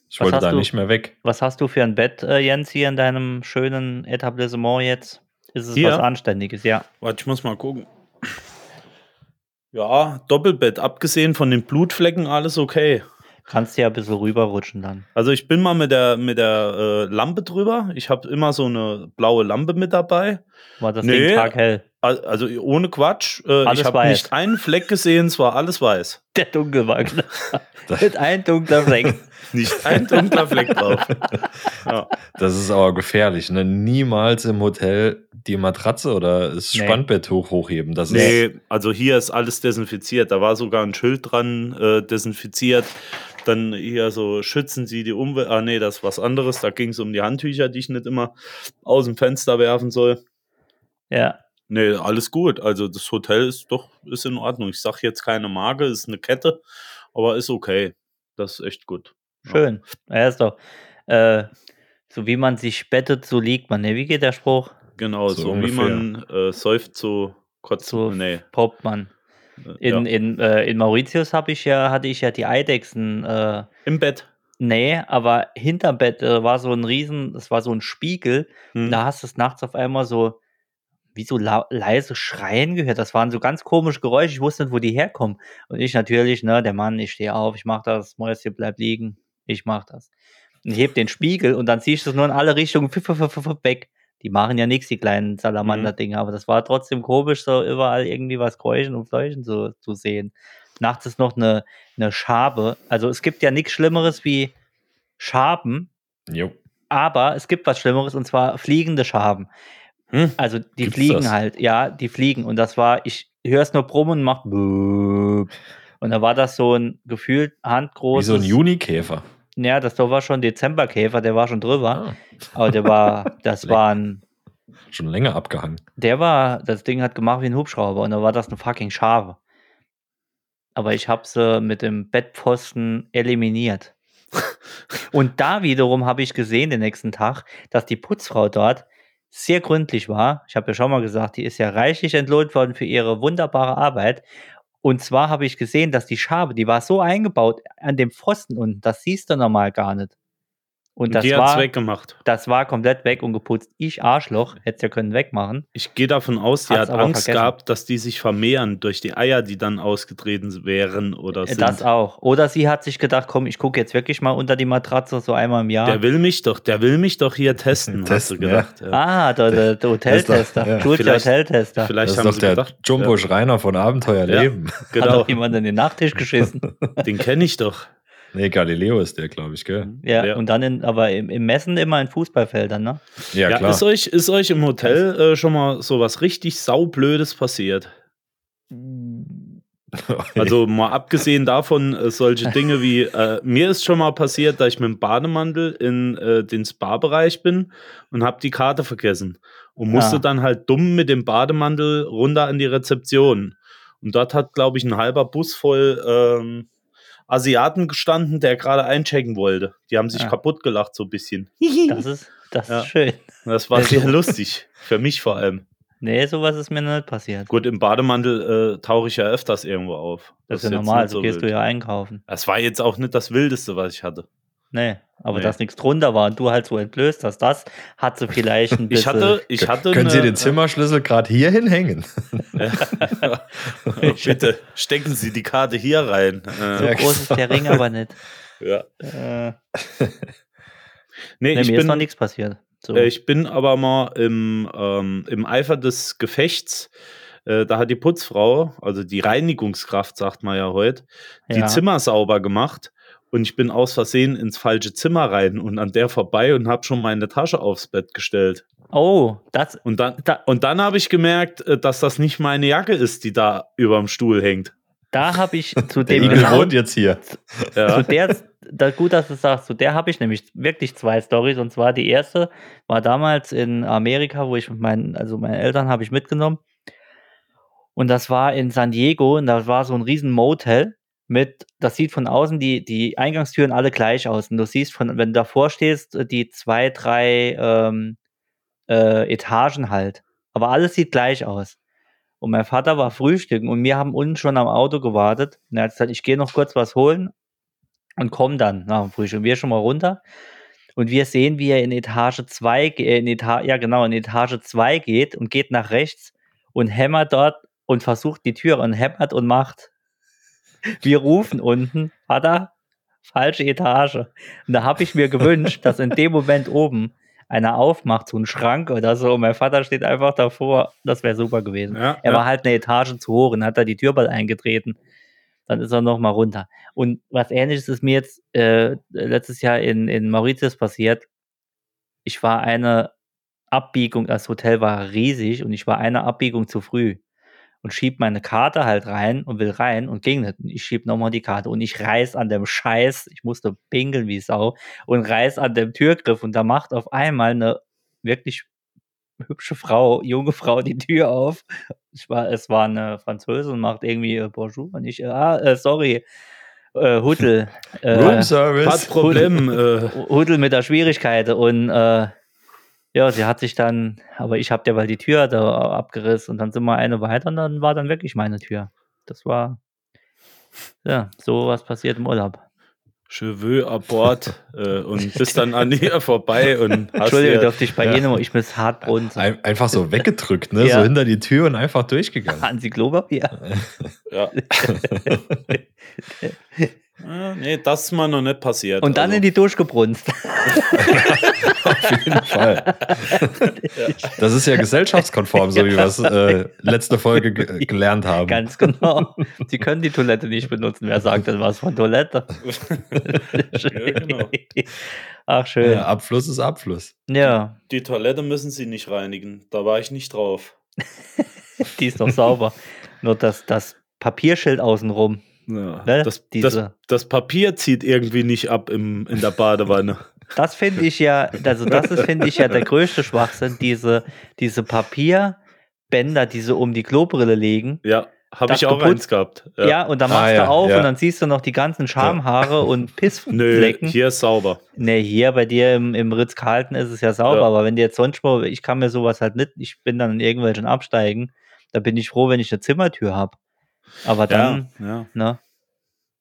Speaker 5: Ich
Speaker 4: Was
Speaker 5: wollte
Speaker 4: hast
Speaker 5: da
Speaker 4: du?
Speaker 5: nicht mehr weg.
Speaker 4: Was hast du für ein Bett, äh, Jens, hier in deinem schönen Etablissement jetzt? Ist es
Speaker 6: Hier?
Speaker 4: was Anständiges, ja.
Speaker 6: Warte, ich muss mal gucken. Ja, Doppelbett, abgesehen von den Blutflecken, alles okay.
Speaker 4: Kannst du ja ein bisschen rüberrutschen dann.
Speaker 6: Also ich bin mal mit der, mit der äh, Lampe drüber. Ich habe immer so eine blaue Lampe mit dabei.
Speaker 4: War das
Speaker 6: Nee.
Speaker 4: Ding taghell?
Speaker 6: Al- Also ohne Quatsch. Äh,
Speaker 4: Alles
Speaker 6: ich habe
Speaker 4: weiß.
Speaker 6: nicht einen Fleck gesehen, es war alles weiß.
Speaker 4: Der Dunkelwagen. Mit ein dunkler Fleck.
Speaker 6: Nicht ein dunkler Fleck drauf. Ja.
Speaker 5: Das ist aber gefährlich. Ne? Niemals im Hotel die Matratze oder das
Speaker 4: Nee.
Speaker 5: Spannbett hoch, hochheben. Das ist
Speaker 6: Nee, also hier ist alles desinfiziert. Da war sogar ein Schild dran, äh, desinfiziert. Dann hier so, schützen Sie die Umwelt. Ah, nee, das ist was anderes. Da ging es um die Handtücher, die ich nicht immer aus dem Fenster werfen soll.
Speaker 4: Ja.
Speaker 6: Nee, alles gut. Also das Hotel ist doch, ist in Ordnung. Ich sag jetzt keine Marke, ist eine Kette, aber ist okay. Das ist echt gut.
Speaker 4: Schön. Ja, ist doch. Äh, so wie man sich bettet, so liegt man. Ne, wie geht der Spruch?
Speaker 6: Genau,
Speaker 5: So
Speaker 6: so, wie
Speaker 5: ungefähr.
Speaker 6: man äh, säuft, so kotzt.
Speaker 4: So
Speaker 6: nee.
Speaker 4: poppt man.
Speaker 6: äh,
Speaker 4: In,
Speaker 6: ja.
Speaker 4: in, äh, in Mauritius hab ich ja, hatte ich ja die Eidechsen. Äh,
Speaker 6: Im Bett.
Speaker 4: nee, aber hinterm Bett äh, war so ein Riesen, das war so ein Spiegel.
Speaker 6: Hm.
Speaker 4: Da hast du es nachts auf einmal so wie so lau- leise Schreien gehört. Das waren so ganz komische Geräusche. Ich wusste nicht, wo die herkommen. Und ich natürlich, ne, der Mann, ich stehe auf, ich mach das, Mäuschen bleibt liegen, ich mach das. Und heb den Spiegel und dann zieh ich das nur in alle Richtungen pfiff, pfiff, pfiff, pfiff, weg. Die machen ja nichts, die kleinen Salamander-Dinger, aber das war trotzdem komisch, so überall irgendwie was Kräuschen und Fleuchen zu, zu sehen. Nachts ist noch eine, eine Schabe. Also es gibt ja nichts Schlimmeres wie Schaben,
Speaker 5: jo.
Speaker 4: aber es gibt was Schlimmeres und zwar fliegende Schaben.
Speaker 6: Hm?
Speaker 4: Also die
Speaker 5: Gibt's
Speaker 4: fliegen
Speaker 5: das?
Speaker 4: halt, ja, die fliegen. Und das war, ich höre es nur brummen und macht Bööööp. Und da war das so ein gefühlt
Speaker 5: wie so
Speaker 4: handgroßes.
Speaker 5: ein Junikäfer.
Speaker 4: Ja, das war schon Dezemberkäfer, der war schon drüber.
Speaker 5: Ah,
Speaker 4: Aber der war, das
Speaker 5: Leck.
Speaker 4: war ein,
Speaker 5: schon länger abgehangen.
Speaker 4: der war, das Ding hat gemacht wie ein Hubschrauber und da war das eine fucking Schabe. Aber ich habe sie mit dem Bettpfosten eliminiert. Und da wiederum habe ich gesehen den nächsten Tag, dass die Putzfrau dort sehr gründlich war. Ich habe ja schon mal gesagt, die ist ja reichlich entlohnt worden für ihre wunderbare Arbeit. Und zwar habe ich gesehen, dass die Schabe, die war so eingebaut an dem Pfosten unten, das siehst du normal gar nicht. Und, das
Speaker 6: die hat's
Speaker 4: war,
Speaker 6: weggemacht.
Speaker 4: das war komplett weg und geputzt. Ich Arschloch, hätte ja können wegmachen.
Speaker 6: Ich gehe davon aus, die
Speaker 4: Hat's
Speaker 6: hat
Speaker 4: aber
Speaker 6: Angst
Speaker 4: vergessen.
Speaker 6: gehabt, dass die sich vermehren durch die Eier, die dann ausgetreten wären oder
Speaker 4: Äh,
Speaker 6: sind.
Speaker 4: Das auch. Oder sie hat sich gedacht, komm, ich gucke jetzt wirklich mal unter die Matratze so einmal im Jahr.
Speaker 6: Der will mich doch, der will mich doch hier testen, hast du
Speaker 5: Testen, ja.
Speaker 6: gedacht. Ja.
Speaker 4: ah, der, der, der Hoteltester.
Speaker 5: ja.
Speaker 4: Tut der
Speaker 6: Vielleicht-
Speaker 4: Hoteltester.
Speaker 6: Vielleicht
Speaker 5: Das ist
Speaker 6: haben
Speaker 5: doch
Speaker 6: sie
Speaker 5: der
Speaker 6: gedacht,
Speaker 5: Jumbo Schreiner von Abenteuerleben.
Speaker 6: ja,
Speaker 4: Hat
Speaker 6: genau,
Speaker 4: doch jemand in den Nachttisch geschissen.
Speaker 6: den kenne ich doch.
Speaker 5: Nee, Galileo ist der, glaube ich, gell?
Speaker 4: ja,
Speaker 6: Ja.
Speaker 4: und dann in, aber im, im Messen immer in Fußballfeldern, ne?
Speaker 5: Ja,
Speaker 6: Ja,
Speaker 5: klar.
Speaker 6: ist, euch, ist euch im Hotel äh, schon mal sowas richtig saublödes passiert? Also mal abgesehen davon, äh, solche Dinge wie, äh, mir ist schon mal passiert, dass ich mit dem Bademantel in äh, den Spa-Bereich bin und habe die Karte vergessen und musste
Speaker 4: Ah.
Speaker 6: dann halt dumm mit dem Bademantel runter an die Rezeption. Und dort hat, glaube ich, ein halber Bus voll ähm, Asiaten gestanden, der gerade einchecken wollte. Die haben sich
Speaker 4: Ah.
Speaker 6: kaputt gelacht so ein bisschen.
Speaker 4: Das ist, das
Speaker 6: Ja.
Speaker 4: ist schön.
Speaker 6: Das war sehr lustig, für mich vor allem.
Speaker 4: Nee, sowas ist mir nicht passiert.
Speaker 6: Gut, im Bademantel äh, tauche ich ja öfters irgendwo auf.
Speaker 4: Das, ist
Speaker 6: jetzt
Speaker 4: ja normal,
Speaker 6: nicht
Speaker 4: so gehst
Speaker 6: wild.
Speaker 4: du ja einkaufen.
Speaker 6: Das war jetzt auch nicht das Wildeste, was ich hatte.
Speaker 4: Nee, aber
Speaker 6: Nee.
Speaker 4: dass nichts drunter war und du halt so entblößt hast, das hat sie vielleicht ein bisschen.
Speaker 6: Ich hatte, ich hatte.
Speaker 5: Können Sie
Speaker 6: eine- äh,
Speaker 5: den Zimmerschlüssel gerade hier hinhängen?
Speaker 6: Bitte stecken Sie die Karte hier rein.
Speaker 4: so
Speaker 6: Äh,
Speaker 5: Ja,
Speaker 4: groß ist der Ring aber nicht.
Speaker 6: ja.
Speaker 4: Äh,
Speaker 6: Nee,
Speaker 4: nee,
Speaker 6: ich,
Speaker 4: mir ist noch
Speaker 6: bin,
Speaker 4: nichts passiert. So.
Speaker 6: äh, ich bin aber mal im, ähm, im Eifer des Gefechts. Äh, da hat die Putzfrau, also die Reinigungskraft, sagt man ja heute, die
Speaker 4: Ja.
Speaker 6: Zimmer sauber gemacht. und ich bin aus Versehen ins falsche Zimmer rein und an der vorbei und habe schon meine Tasche aufs Bett gestellt.
Speaker 4: Oh, das.
Speaker 6: Und dann,
Speaker 4: Da-
Speaker 6: und dann habe ich gemerkt, äh, dass das nicht meine Jacke ist, die da überm Stuhl hängt.
Speaker 4: Da habe ich zu
Speaker 5: Der
Speaker 4: dem
Speaker 5: Igel
Speaker 4: genau,
Speaker 5: wohnt jetzt hier.
Speaker 6: Ja.
Speaker 4: zu der, da, gut, dass du sagst, zu der habe ich nämlich wirklich zwei Stories. Und zwar die erste war damals in Amerika, wo ich mit meinen, also meine Eltern habe ich mitgenommen. Und das war in San Diego und da war so ein riesen Motel mit, das sieht von außen die, die Eingangstüren alle gleich aus. Und du siehst von, wenn du davor stehst, die zwei, drei ähm, äh, Etagen halt. Aber alles sieht gleich aus. Und mein Vater war frühstücken und wir haben unten schon am Auto gewartet. Und er hat gesagt, ich gehe noch kurz was holen und komm dann nach dem Frühstück. Wir schon mal runter. Und wir sehen, wie er in Etage 2, ge- äh, in Eta ja genau, in Etage 2 geht und geht nach rechts und hämmert dort und versucht die Tür und hämmert und macht. Wir rufen unten, Vater, falsche Etage. Und da habe ich mir gewünscht, dass in dem Moment oben einer aufmacht, so ein Schrank oder so, und mein Vater steht einfach davor. Das wäre super gewesen.
Speaker 6: Ja,
Speaker 4: Er
Speaker 6: ja.
Speaker 4: war halt eine Etage zu hoch und hat da die Türball eingetreten. Dann ist er nochmal runter. Und was ähnliches ist mir jetzt äh, letztes Jahr in, in Mauritius passiert. Ich war eine Abbiegung, das Hotel war riesig und ich war eine Abbiegung zu früh und schieb meine Karte halt rein und will rein und ging nicht. Und ich schieb nochmal die Karte und ich reiß an dem Scheiß, ich musste pinkeln wie Sau und reiß an dem Türgriff und da macht auf einmal eine wirklich hübsche Frau, junge Frau die Tür auf. Ich war, es war eine Französin, macht irgendwie äh, Bonjour und ich, äh, ah, äh, sorry, äh, Huddel.
Speaker 5: Room
Speaker 4: Äh,
Speaker 6: Hat
Speaker 5: Service.
Speaker 6: Problem. Äh,
Speaker 4: Huddel mit der Schwierigkeit und äh, ja, sie hat sich dann, aber ich habe der mal die Tür da abgerissen und dann sind wir eine weiter und dann war dann wirklich meine Tür. Das war ja so was passiert im Urlaub.
Speaker 6: Je veux à bord äh, und bist dann an ihr vorbei und hast
Speaker 4: Entschuldigung,
Speaker 6: ihr,
Speaker 4: durfte ich bei
Speaker 5: ja.
Speaker 4: jedem, ich muss hart brunzen.
Speaker 5: Ein, einfach so weggedrückt, ne?
Speaker 4: Ja.
Speaker 5: So hinter die Tür und einfach durchgegangen.
Speaker 4: Hansi Klopapier.
Speaker 6: ja. Ah, Nee, das ist mir noch nicht passiert.
Speaker 4: Und dann
Speaker 6: Also,
Speaker 4: in die Dusche gebrunst.
Speaker 5: Auf jeden Fall. Das ist ja gesellschaftskonform, so wie wir es äh, letzte Folge ge gelernt haben.
Speaker 4: Ganz genau. Sie können die Toilette nicht benutzen. Wer sagt denn was von Toilette?
Speaker 6: also. genau.
Speaker 4: Ach, schön.
Speaker 5: ja, Äh, Abfluss ist Abfluss.
Speaker 4: ja.
Speaker 6: die Toilette müssen sie nicht reinigen. Da war ich nicht drauf.
Speaker 4: Die ist noch sauber. Nur das, das Papierschild außenrum.
Speaker 6: Ja,
Speaker 4: Ne?
Speaker 6: das, das,
Speaker 4: Diese-
Speaker 6: das Papier zieht irgendwie nicht ab im, in der Badewanne.
Speaker 4: Das finde ich ja, also das ist, finde ich ja, der größte Schwachsinn, diese, diese Papierbänder, die so um die Klobrille legen.
Speaker 6: Ja, habe
Speaker 4: Das
Speaker 6: ich auch
Speaker 4: geputzt-
Speaker 6: eins gehabt.
Speaker 4: Ja, und dann
Speaker 5: Ah,
Speaker 4: machst
Speaker 5: ja,
Speaker 4: du auf
Speaker 5: ja.
Speaker 4: und dann siehst du noch die ganzen Schamhaare und
Speaker 6: Nö,
Speaker 4: Pissflecken.
Speaker 6: hier ist sauber.
Speaker 4: Nee, hier bei dir im, im Ritz-Carlton ist es ja sauber,
Speaker 6: Ja.
Speaker 4: aber wenn dir jetzt sonst mal, ich kann mir sowas halt nicht, ich bin dann in irgendwelchen Absteigen, da bin ich froh, wenn ich eine Zimmertür habe. Aber dann,
Speaker 6: ja, ja.
Speaker 4: ne,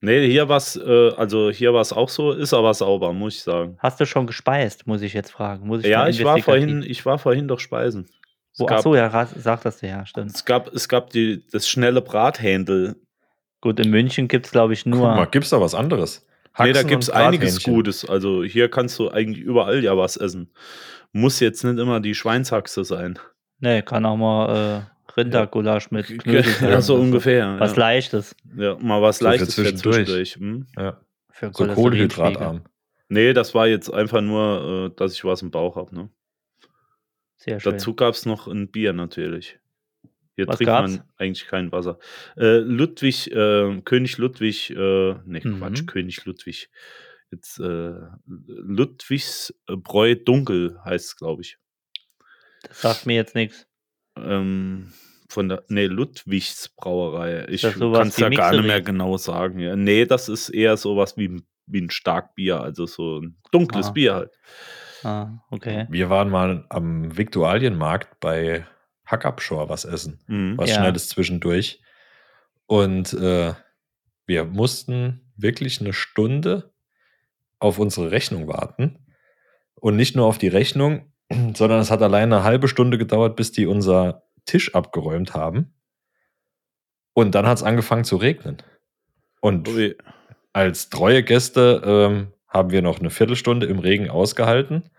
Speaker 6: Nee, hier war es äh, also hier war's auch so, ist aber sauber, muss ich sagen.
Speaker 4: hast du schon gespeist, muss ich jetzt fragen. Muss ich
Speaker 6: Ja,
Speaker 4: mal
Speaker 6: ich war,
Speaker 4: investigativ-
Speaker 6: vorhin, ich war vorhin doch speisen. Es
Speaker 4: Wo,
Speaker 6: gab,
Speaker 4: ach so, ja, ras- sagt das ja, stimmt.
Speaker 6: es gab, es gab die, das schnelle Brathändel.
Speaker 4: Gut, in München gibt es, glaube ich,
Speaker 5: Guck mal,
Speaker 4: nur.
Speaker 5: gibt's da was anderes?
Speaker 6: Nee, da
Speaker 5: Haxen
Speaker 6: gibt es
Speaker 5: und
Speaker 6: einiges
Speaker 5: Brathähnchen.
Speaker 6: Gutes. Also hier kannst du eigentlich überall ja was essen. Muss jetzt nicht immer die Schweinshaxe sein.
Speaker 4: Nee, ne, kann auch mal äh, Rindergulasch mit Knödel.
Speaker 6: Ja, so ungefähr.
Speaker 4: Was
Speaker 6: ja.
Speaker 4: Leichtes
Speaker 6: ja, mal was
Speaker 5: So für
Speaker 6: Leichtes für
Speaker 5: zwischendurch.
Speaker 6: zwischendurch. Hm?
Speaker 5: Ja.
Speaker 4: für
Speaker 5: So
Speaker 4: Cholesterinspiegel.
Speaker 5: Kohlenhydratarm.
Speaker 6: Nee, das war jetzt einfach nur, äh, dass ich was im Bauch habe. Ne?
Speaker 4: Sehr schön.
Speaker 6: Dazu gab es noch ein Bier natürlich. Hier
Speaker 4: Was
Speaker 6: trinkt
Speaker 4: gab's?
Speaker 6: man eigentlich kein Wasser. Äh, Ludwig, äh, König Ludwig, äh, nee,
Speaker 4: Mhm.
Speaker 6: Quatsch, König Ludwig. Jetzt äh, Ludwigsbräu Dunkel heißt es, glaube ich.
Speaker 4: Das sagt mir jetzt nichts.
Speaker 6: Ähm, von der, nee, Ludwigs Brauerei. Ich
Speaker 4: das sowas
Speaker 6: kann es
Speaker 4: wie
Speaker 6: ja gar nicht
Speaker 4: Mixery?
Speaker 6: mehr genau sagen. Ja. Nee, das ist eher sowas wie, ein- wie ein Starkbier, also so ein dunkles
Speaker 4: Ah.
Speaker 6: Bier halt.
Speaker 4: Ah, okay.
Speaker 5: Wir waren mal am Viktualienmarkt bei Hackabschor was essen.
Speaker 6: Mhm.
Speaker 5: was
Speaker 4: Ja.
Speaker 5: Schnelles zwischendurch. Und äh, wir mussten wirklich eine Stunde auf unsere Rechnung warten. Und nicht nur auf die Rechnung, sondern es hat alleine eine halbe Stunde gedauert, bis die unser Tisch abgeräumt haben. Und dann hat es angefangen zu regnen. Und
Speaker 6: Ui.
Speaker 5: als treue Gäste ähm, haben wir noch eine Viertelstunde im Regen ausgehalten.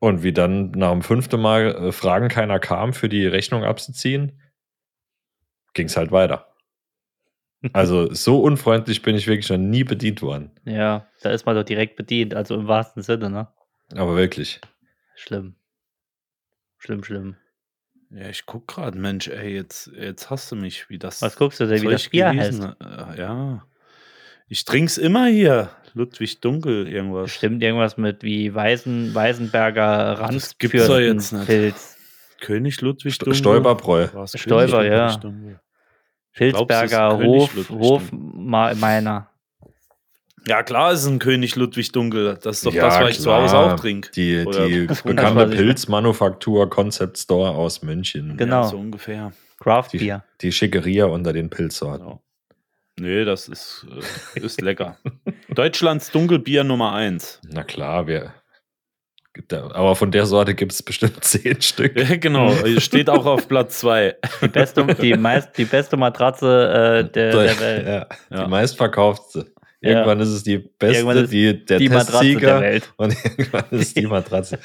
Speaker 5: Und wie dann nach dem fünften Mal äh, Fragen keiner kam, für die Rechnung abzuziehen, ging es halt weiter. Also so unfreundlich bin ich wirklich noch nie bedient worden.
Speaker 4: Ja, da ist man doch direkt bedient, also im wahrsten Sinne, ne?
Speaker 5: Aber wirklich.
Speaker 4: Schlimm. Schlimm, schlimm.
Speaker 6: Ja, ich guck gerade, Mensch, ey, jetzt, jetzt hast du mich, wie das.
Speaker 4: Was guckst du denn, wie
Speaker 6: Zeug
Speaker 4: das Bier heißt?
Speaker 6: gewesen- äh, Ja. Ich trink's immer hier. Ludwig Dunkel, irgendwas.
Speaker 4: Stimmt irgendwas mit wie Weisen, Weisenberger Rand.
Speaker 6: Das gibt's doch jetzt nicht.
Speaker 4: Pilz.
Speaker 6: König Ludwig
Speaker 5: St Stolperbräu.
Speaker 6: War's König
Speaker 4: Stolper,
Speaker 6: Ludwig
Speaker 4: ja.
Speaker 6: Dunkel? Ich glaub, es ist
Speaker 4: Pilzberger
Speaker 6: König
Speaker 4: Hof,
Speaker 6: Ludwig
Speaker 4: Hof
Speaker 6: Dunkel.
Speaker 4: Ma- meiner.
Speaker 6: Ja, klar ist ein König Ludwig Dunkel. Das ist doch
Speaker 5: Ja,
Speaker 6: das, was ich zu Hause
Speaker 5: klar.
Speaker 6: auch trinke.
Speaker 5: Die,
Speaker 6: Oder- ne?
Speaker 5: die
Speaker 4: Das weiß
Speaker 5: bekannte
Speaker 4: ich.
Speaker 5: Pilzmanufaktur Concept Store aus München.
Speaker 4: Genau.
Speaker 6: Ja, so ungefähr.
Speaker 4: Craft
Speaker 5: Die,
Speaker 4: Beer.
Speaker 5: die Schickeria unter den Pilzsorten.
Speaker 6: Genau. Nee, das ist, äh, ist lecker. Deutschlands Dunkelbier Nummer 1.
Speaker 5: Na klar, wir. gibt da- Aber von der Sorte gibt es bestimmt zehn Stück.
Speaker 6: Ja, genau, steht auch auf Platz 2.
Speaker 4: Die beste, die meist, die beste Matratze äh, der, der Welt.
Speaker 5: ja, die
Speaker 6: Ja.
Speaker 5: meistverkaufte. Irgendwann ist es die
Speaker 4: Irgendwann
Speaker 5: beste,
Speaker 4: ist
Speaker 5: die, der
Speaker 4: Die Matratze der
Speaker 5: Testsieger.
Speaker 4: Welt.
Speaker 5: Und irgendwann ist die Matratze.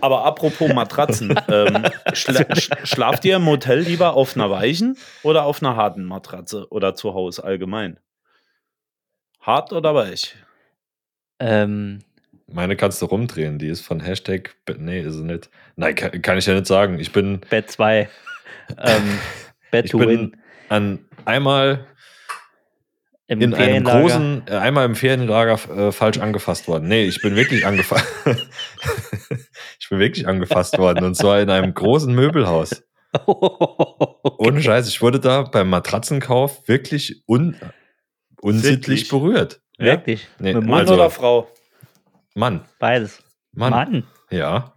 Speaker 6: Aber apropos Matratzen, ähm, schla sch schlaft ihr im Hotel lieber auf einer weichen oder auf einer harten Matratze oder zu Hause allgemein? Hart oder weich?
Speaker 4: Ähm,
Speaker 5: Meine kannst du rumdrehen, die ist von Hashtag. Nee, ist sie nicht. Nein, kann, kann ich ja nicht sagen. Ich bin
Speaker 4: Bett 2. Ähm, Bett
Speaker 5: Ich
Speaker 4: to
Speaker 5: bin
Speaker 4: win.
Speaker 5: an einmal
Speaker 4: Im
Speaker 5: in einem
Speaker 4: Ferienlager.
Speaker 5: großen, äh, einmal im Ferienlager äh, falsch angefasst worden. Nee, ich bin wirklich angefasst. ich bin wirklich angefasst worden. Und zwar in einem großen Möbelhaus. Ohne Scheiß, ich wurde da beim Matratzenkauf wirklich un unsittlich
Speaker 6: Sittlich.
Speaker 5: berührt.
Speaker 4: Wirklich.
Speaker 5: Nee,
Speaker 4: Mit
Speaker 6: Mann
Speaker 4: Mann,
Speaker 5: also-
Speaker 6: oder Frau?
Speaker 5: Mann,
Speaker 4: beides.
Speaker 5: Mann.
Speaker 4: Mann.
Speaker 5: Ja.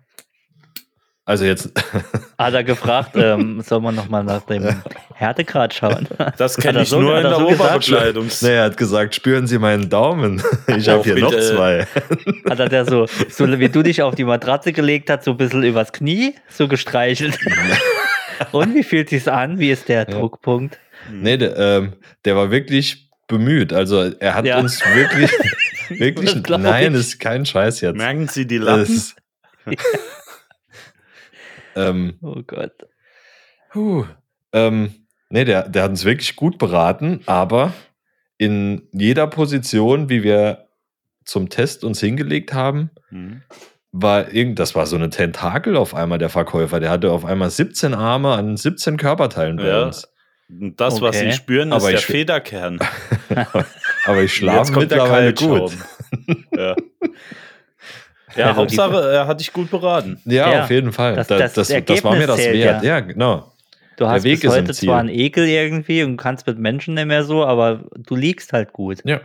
Speaker 5: Also jetzt,
Speaker 4: Hat er gefragt, ähm, soll man nochmal nach dem Härtegrad schauen?
Speaker 6: Das
Speaker 4: Hat
Speaker 6: kenne
Speaker 4: er
Speaker 6: ich
Speaker 4: so-
Speaker 6: nur
Speaker 4: hat
Speaker 6: in
Speaker 4: er
Speaker 6: der
Speaker 4: so gesagt?
Speaker 6: Oberbekleidung.
Speaker 5: nee, er hat gesagt, spüren Sie meinen Daumen. Ich
Speaker 6: Oh,
Speaker 5: habe hier noch
Speaker 6: bitte.
Speaker 5: zwei.
Speaker 4: Hat er der so, so, wie du dich auf die Matratze gelegt hast, so ein bisschen übers Knie, so gestreichelt. Und wie fühlt sich's an? Wie ist der Druckpunkt?
Speaker 5: Nee, der, ähm, der war wirklich bemüht. Also er hat
Speaker 4: Ja.
Speaker 5: uns wirklich, wirklich,
Speaker 4: Das glaub
Speaker 5: nein,
Speaker 4: ich.
Speaker 5: ist kein Scheiß jetzt.
Speaker 6: Merken Sie die Latten?
Speaker 5: Das, ähm,
Speaker 4: Oh Gott.
Speaker 5: puh, ähm, nee, der, der hat uns wirklich gut beraten, aber in jeder Position, wie wir zum Test uns hingelegt haben,
Speaker 6: Mhm.
Speaker 5: war irgend, das war so eine Tentakel auf einmal der Verkäufer. Der hatte auf einmal 17 Arme an 17 Körperteilen bei
Speaker 6: Ja.
Speaker 5: uns.
Speaker 6: Und Das, was
Speaker 4: Okay.
Speaker 6: Sie spüren, ist
Speaker 5: Aber
Speaker 6: der
Speaker 5: ich-
Speaker 6: Federkern.
Speaker 5: Aber ich
Speaker 6: Jetzt
Speaker 5: schlafe
Speaker 6: kommt der
Speaker 5: mittlerweile
Speaker 6: Kaltschaum.
Speaker 5: gut.
Speaker 6: ja, ja
Speaker 4: Also
Speaker 6: Hauptsache, er hat dich gut beraten.
Speaker 5: Ja,
Speaker 4: Ja,
Speaker 5: auf jeden Fall.
Speaker 4: das-
Speaker 5: Das,
Speaker 4: das
Speaker 5: das, das,
Speaker 4: Ergebnis
Speaker 5: war mir das
Speaker 4: zählt,
Speaker 5: wert.
Speaker 4: ja.
Speaker 5: Ja, genau.
Speaker 4: Du hast
Speaker 5: Weg
Speaker 4: bis
Speaker 5: ist im
Speaker 4: heute
Speaker 5: Ziel.
Speaker 4: zwar einen Ekel irgendwie und kannst mit Menschen nicht mehr so, aber du liegst halt gut.
Speaker 5: Ja.